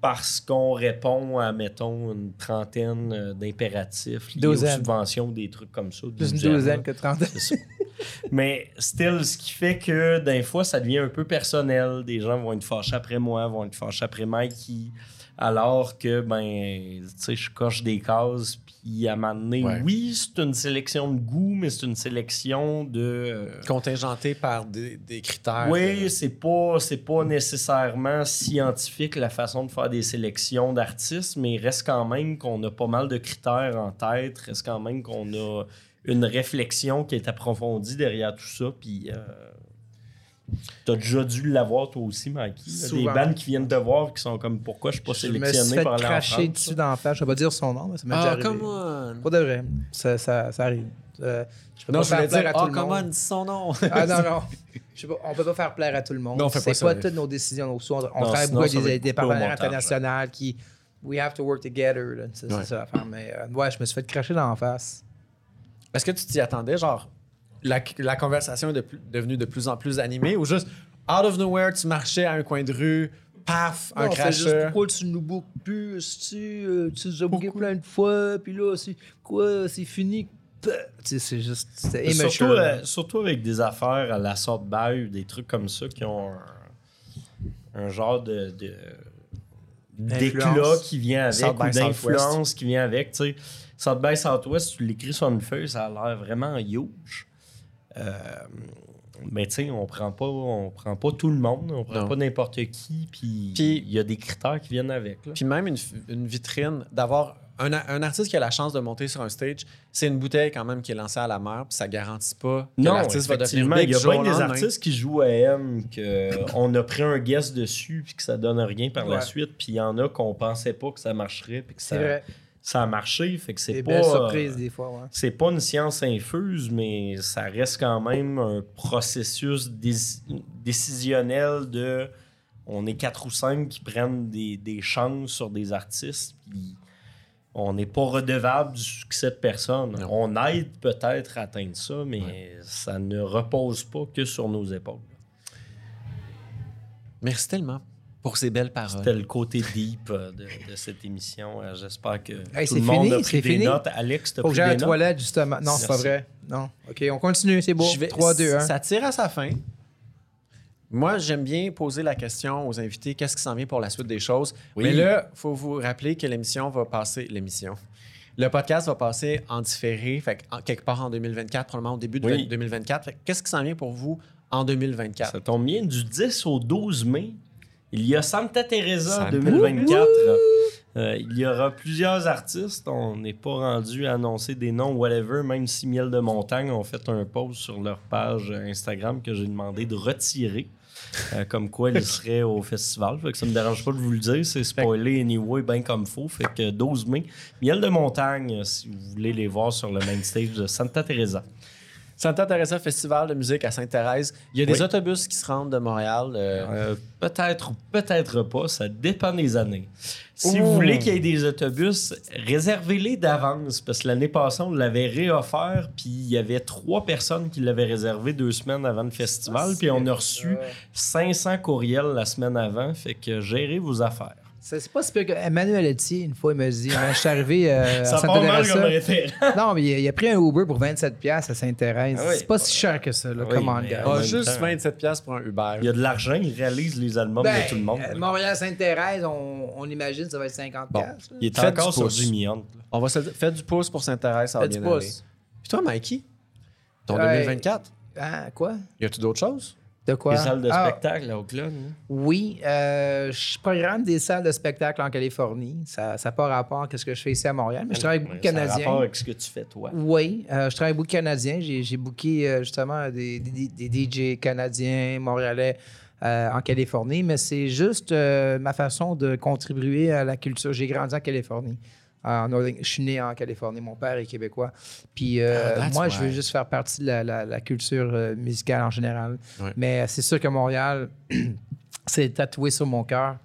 parce qu'on répond à, mettons, une trentaine euh, d'impératifs, liés aux Douzaine. subventions, des trucs comme ça. Plus une douzaine, douzaine là. que trente. C'est ça. Mais still, ce qui fait que des fois, ça devient un peu personnel. Des gens vont être fâchés après moi, vont être fâchés après Mikey. Alors que, ben, tu sais, je coche des cases. Puis à un moment donné, Ouais. oui, c'est une sélection de goût, mais c'est une sélection de. euh, Contingenté par des, des critères. euh, euh, Oui, c'est pas, c'est pas nécessairement scientifique la façon de faire des sélections d'artistes, mais il reste quand même qu'on a pas mal de critères en tête, reste quand même qu'on a une réflexion qui est approfondie derrière tout ça, puis euh, t'as déjà dû l'avoir toi aussi, Mikey. là, Souvent. Des bandes qui viennent te voir qui sont comme pourquoi je suis pas Je me suis sélectionné fait par la cracher France. dessus dans la face. Je vais pas dire son nom, mais ça m'est déjà Ah, arrivé. come on! Pas de vrai. Ça, ça, ça arrive. Euh, je peux Non, pas je voulais faire plaire dire, à tout ah, le come on, monde. dis son nom! *laughs* *laughs* Ah non, non. Je sais pas, on peut pas faire plaire à tout le monde. Non, on fait pas C'est ça. pas toutes nos décisions. nos choix. On Non, travaille sinon, beaucoup ça avec va des, être des coupé au partenaires montage, internationaux qui. We have to work together. là. C'est c'est Ouais. ça l'affaire. Mais euh, ouais, je me suis fait cracher dans la face. Est-ce que tu t'y attendais, genre, la, la conversation est de plus- devenue de plus en plus animée ou juste out of nowhere, tu marchais à un coin de rue, paf, un Non, c'est juste cracheur. pourquoi tu nous boucles plus, tu euh, tu nous as bouclé plein de fois, puis là, c'est quoi, c'est fini. Pah! Tu sais, c'est juste, c'était Mais Surtout, immature. euh, surtout avec des affaires à la sorte bail, des trucs comme ça qui ont un, un genre de, de- d'éclat Influence. qui vient avec South by ou d'influence qui vient avec. tu sais. South by Southwest, tu l'écris sur une feuille, ça a l'air vraiment huge. Euh, mais tu sais, on prend pas, on prend pas tout le monde, on prend Non. pas n'importe qui, puis Puis- il y a des critères qui viennent avec. là. Puis même une, une vitrine, d'avoir un, a- un artiste qui a la chance de monter sur un stage, c'est une bouteille quand même qui est lancée à la mer, puis ça garantit pas que l'artiste va devenir effectivement, big Il y a du jour bien au des lendemain. artistes qui jouent à M, *laughs* qu'on a pris un guest dessus, puis que ça donne rien par la Ouais. suite. Puis il y en a qu'on pensait pas que ça marcherait, puis que c'est ça, vrai. ça a marché. Fait que Des c'est pas. belles euh, surprises, des fois, ouais. c'est pas une science infuse, mais ça reste quand même un processus dés- décisionnel de. On est quatre ou cinq qui prennent des, des chances sur des artistes, puis on n'est pas redevable du succès de personne. Non. On aide peut-être à atteindre ça, mais ça ne repose pas que sur nos épaules. Merci tellement pour ces belles paroles. C'était le côté deep euh, de, de cette émission. Euh, J'espère que Hey, tout le c'est monde fini, a pris c'est des fini. notes. Alex, t'as Faut que pris j'aille à des la notes? toilette, justement. Non, c'est pas Merci. vrai. Non. OK, on continue, c'est beau. Je vais- 3, 2, 1. Ça tire à sa fin. Moi, j'aime bien poser la question aux invités qu'est-ce qui s'en vient pour la suite des choses. Oui. Mais là, il faut vous rappeler que l'émission va passer. L'émission. Le podcast va passer en différé, fait, que en- quelque part en 2024, probablement au début de Oui. 2024. Fait que Qu'est-ce qui s'en vient pour vous en 2024? Ça tombe bien, du 10 au 12 mai, il y a Santa Teresa Santa- 2024. Euh, il y aura plusieurs artistes. On n'est pas rendu à annoncer des noms, whatever, même si Miel de Montagne ont fait un post sur leur page Instagram que j'ai demandé de retirer. euh, comme quoi ils seraient au festival. Fait que ça me dérange pas de vous le dire. C'est spoilé anyway, bien comme faux. Fait que 12 mai, Miel de Montagne, si vous voulez les voir sur le main stage de Santa Teresa. Santa Teresa Festival de musique à Sainte-Thérèse. Il y a des Oui. autobus qui se rendent de Montréal. euh, Euh, peut-être ou peut-être pas, ça dépend des années. Si Ouh. vous voulez qu'il y ait des autobus, réservez-les d'avance parce que l'année passée, on l'avait réoffert, puis il y avait trois personnes qui l'avaient réservé deux semaines avant le festival, puis on a reçu 500 courriels la semaine avant, fait que gérez vos affaires. Ça, C'est pas si pire que Emmanuel Etier, une fois, il me dit, je suis arrivé *laughs* euh, à Ça Santa part mal Teresa. comme référent. Non, mais il a, il a pris un Uber pour 27 pièces, ça s'intéresse. Ah oui. c'est pas si cher que ça, là. Oui, Come on, mais- guys. En Ah, même juste temps. 27 pièces pour un Uber. Il y a de l'argent, ils réalisent les albums Ben, de tout le monde. euh, Montréal Saint-Thérèse, on, on imagine ça va être 50 Bon. piastres. Il est Faites encore du sur pouce. Jimmy Hunt. là. On va se le dire. Faites du pouce pour s'intéresser, ça va Faites du bien aller. pouce. Puis toi, Mikey, ton Ouais. 2024, Ah, quoi? y a-tu d'autres choses? De quoi? Les salles de Ah, spectacle à Oakland. hein. Oui, euh, je programme des salles de spectacle en Californie. Ça n'a pas rapport à ce que je fais ici à Montréal, mais je travaille avec beaucoup de Ça a rapport Canadiens. avec ce que tu fais, toi. Oui, euh, je travaille avec beaucoup de Canadiens. J'ai j'ai booké euh, justement des, des- des DJ canadiens, montréalais euh, en Californie, mais c'est juste euh, ma façon de contribuer à la culture. J'ai grandi en Californie. En Northern- je suis né en Californie, mon père est québécois. Puis euh, Ah, that's moi, je veux why. juste faire partie de la, la- la culture euh, musicale en général. Ouais. Mais euh, c'est sûr que Montréal, *clears throat* c'est tatoué sur mon cœur.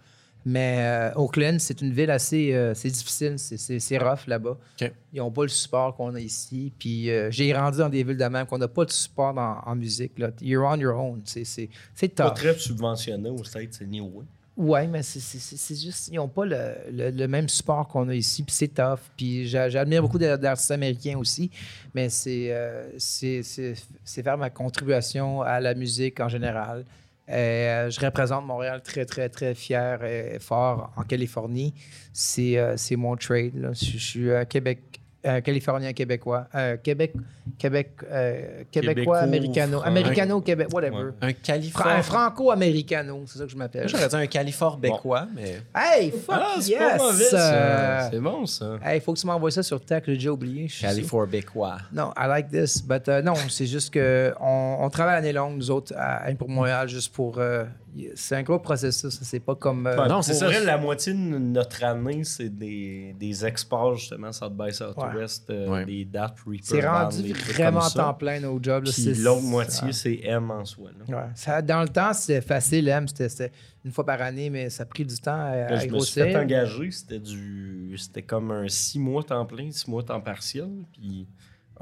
Mais euh, Oakland, c'est une ville assez euh, c'est difficile, c'est- c'est c'est rough là-bas. OK. Ils n'ont pas le support qu'on a ici. Puis euh, j'ai grandi dans des villes de même qu'on n'a pas de support dans- en musique. Là. You're on your own. C'est- C'est c'est Pas tough. très subventionné au States, c'est New Oui, mais c'est- c'est c'est- c'est juste, ils n'ont pas le, le- le même support qu'on a ici, puis c'est tough. Puis j'a- j'admire beaucoup d'a- d'artistes américains aussi, mais c'est euh, c'est- c'est- c'est faire ma contribution à la musique en général. Et, euh, je représente Montréal très, très, très fier et fort en Californie. C'est euh, c'est mon trade. là. Je, je suis un Québec, un Californien québécois, euh, Québec, Québec, euh, Québéco, Québécois, Americano, Fran- Américano, Québec, whatever. Ouais. Un Fra- Californien. un franco-américano, c'est ça que je m'appelle. J'aurais dit un Califorbécois, mais. Hey, fuck c'est pas yes! mauvais, ça. Euh, C'est bon, ça. Hey, faut que tu m'envoies ça sur tech, j'ai déjà oublié. je suis sûr. Califorbécois. Non, I like this, but euh, non, c'est juste que on, on travaille l'année longue, nous autres, à Impro Montréal, juste pour... euh, y- c'est un gros processus, ça, c'est pas comme... euh, Enfin, non, pour c'est ça. vrai, la moitié de notre année, c'est des, des exports, justement, South by Southwest, euh, Ouais. des dates Reaper c'est Band, rendu des trucs vraiment comme ça. temps plein nos jobs. là, Puis c'est- l'autre moitié, c'est M en soi. là. Ouais. Ça, dans le temps, c'était facile, M, c'était- c'était une fois par année, mais ça a pris du temps à, à je me suis grossir. fait engager, c'était du. C'était comme un six mois temps plein, six mois temps partiel. Puis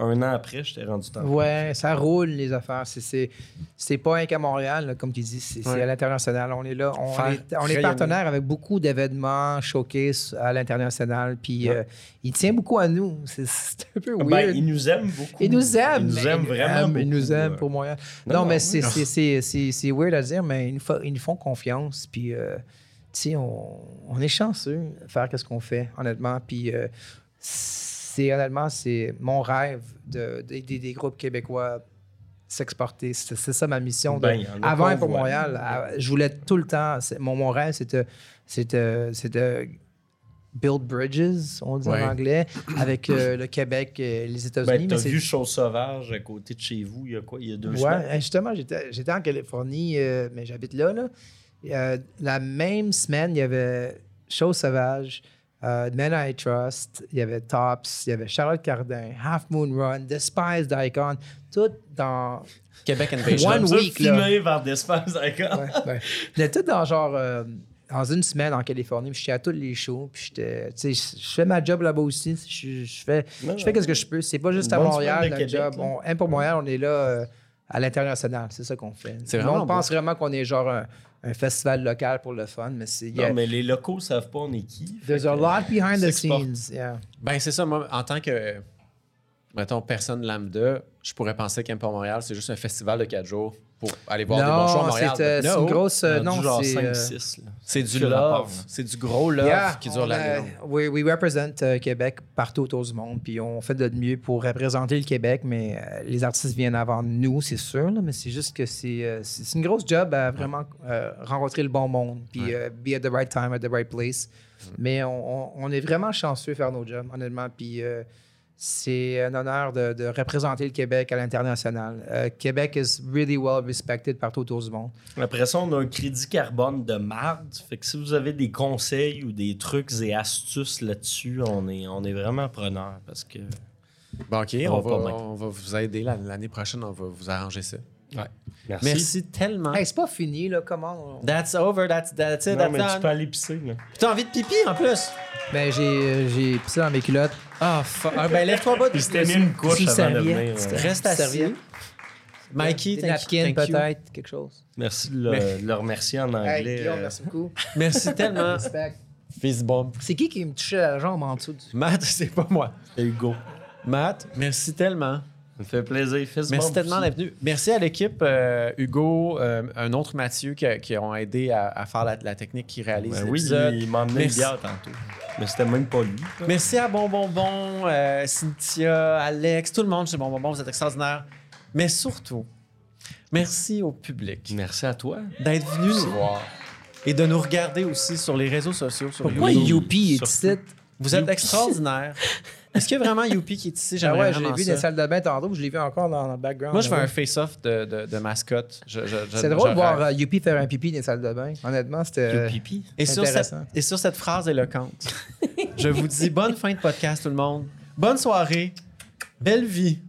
un an après, j'étais rendu temps Ouais, ça roule les affaires. C'est- C'est c'est pas rien qu'à Montréal, là, comme tu dis, c'est c'est Ouais. à l'international. On est là, on Faire est, on est rayonner. partenaire avec beaucoup d'événements showcase à l'international. Puis euh, il tient beaucoup à nous. C'est- C'est un peu plein. weird. Ben, ils nous aiment beaucoup. Il nous aime. Ils nous aiment vraiment. Il nous beaucoup, aime euh. pour Montréal. Non, Non, non, Ah. mais oui. c'est- c'est- c'est c'est- c'est weird à dire, mais ils nous, fa- ils nous font confiance. Puis, euh, tu sais, on, on est chanceux de faire ce qu'on fait, honnêtement. Puis, euh, c'est honnêtement, c'est mon rêve de, de- des- des groupes québécois s'exporter. C'est c'est ça ma mission. de- Ben, il y en a avant qu'on pour voit. Montréal, à- je voulais tout le temps. c'est- Mon, mon rêve, c'était c'était- c'était build bridges, on dit Ouais. en anglais, avec euh, le Québec et les États-Unis. Ben, mais t'as c'est- vu Chose Sauvage à côté de chez vous, il y a quoi Il y a deux Ouais, semaines hein, justement, j'étais j'étais en Californie, euh, mais j'habite là. là. Et, euh, la même semaine, il y avait Chose Sauvage, euh, Men I Trust, il y avait Tops, il y avait Charlotte Cardin, Half Moon Run, Despised Icon, tout dans. Québec Invasion. One Comme ça, week, filmé par d'espace, d'accord. Ouais, *laughs* ouais. J'étais tout dans genre. euh, dans une semaine en Californie, puis j'étais à tous les shows, puis j'étais, tu sais, je je fais ma job là-bas aussi, je, je fais, Non, je fais qu'est-ce que je peux. C'est pas juste Une à bonne Montréal semaine de notre job. Québec, là. On, M pour Montréal, on est là euh, à l'international, c'est ça qu'on fait. C'est Nous, vraiment on pense vraiment qu'on est genre un, un festival local pour le fun, mais c'est *laughs* Non, yeah. mais les locaux savent pas on est qui. there's Fait a que- lot behind the s'exporte. scenes. yeah. Ben, c'est ça, moi, en tant que, mettons, personne lambda, je pourrais penser qu'Import Montréal, c'est juste un festival de quatre jours pour aller voir des bons shows à Non, Montréal. c'est, euh, c'est No. une grosse euh, Rendu non, genre c'est 5, euh, 6, là. C'est du Que rapport, love, hein. c'est du gros love Yeah, qui dure on, l'année euh, longue. We, we represent euh, Québec partout autour du monde, puis on fait de notre mieux pour représenter le Québec, mais euh, les artistes viennent avant nous, c'est sûr, là, mais c'est juste que c'est, euh, c'est c'est une grosse job à vraiment euh, rencontrer le bon monde, puis euh, be at the right time, at the right place. Mais on, on- on est vraiment chanceux de faire nos jobs, honnêtement, puis euh, c'est un honneur de, de représenter le Québec à l'international. Euh, Québec is really well respected partout autour du monde. Après ça, on a un crédit carbone de marde. Fait que si vous avez des conseils ou des trucs et astuces là-dessus, on est, on est vraiment preneur parce que. Bon, OK, On on, va va, pas mettre. on va vous aider la- l'année prochaine, on va vous arranger ça. Merci. Merci tellement. Hey, c'est pas fini, là, comment on- That's over, that's, that's it, Non, mais that's tu peux aller pisser, là. T'as envie de pipi en plus? Ben, j'ai, euh, j'ai pissé dans mes culottes. Ah, fuck. Ah, ben, lève-toi pas. Il s'était mis une couche Sous avant de serviette, venir. c'était- ouais. Reste Une assis. serviette. Mikey, Des thank you- napkins, thank you. peut-être, quelque chose. Merci de le, de le remercier en anglais. euh, Hey, Guillaume, merci beaucoup. *laughs* Merci tellement. Respect. Fist bump. C'est qui qui me touchait la jambe en dessous du. Matt, *laughs* c'est pas moi. C'est Hugo. Matt, merci tellement. Ça me fait plaisir. Fist Merci bump tellement aussi. d'être venu. Merci à l'équipe, euh, Hugo, euh, un autre Mathieu qui, qui ont aidé à, à faire la, la technique qui réalise Ben oui, l'épisode. il m'a emmené une Merci. bière tantôt. Mais c'était même pas lui. Merci à Bon Bon Bon, euh, Cynthia, Alex, tout le monde chez Bon Bon Bon, vous êtes extraordinaires. Mais surtout, merci au public Merci à toi. d'être venu nous voir et de nous regarder aussi sur les réseaux sociaux, sur Pourquoi YouTube. Youpi est Surtout. ici? Vous êtes *laughs* extraordinaires. Est-ce qu'il y a vraiment Youpi qui est ici? Ah J'aimerais ouais, je l'ai vraiment vu dans ça. la salle de bain tantôt, puis je l'ai vu encore dans le background. Moi, je fais Ouais. un face-off de, de- de mascotte. Je- je- je- C'est drôle je de voir rêve. euh, Youpi faire un pipi dans la salle de bain. Honnêtement, c'était. pipi. Et sur, cette, Intéressant. et sur cette phrase *laughs* éloquente, je vous dis bonne fin de podcast, tout le monde. Bonne soirée. Belle vie.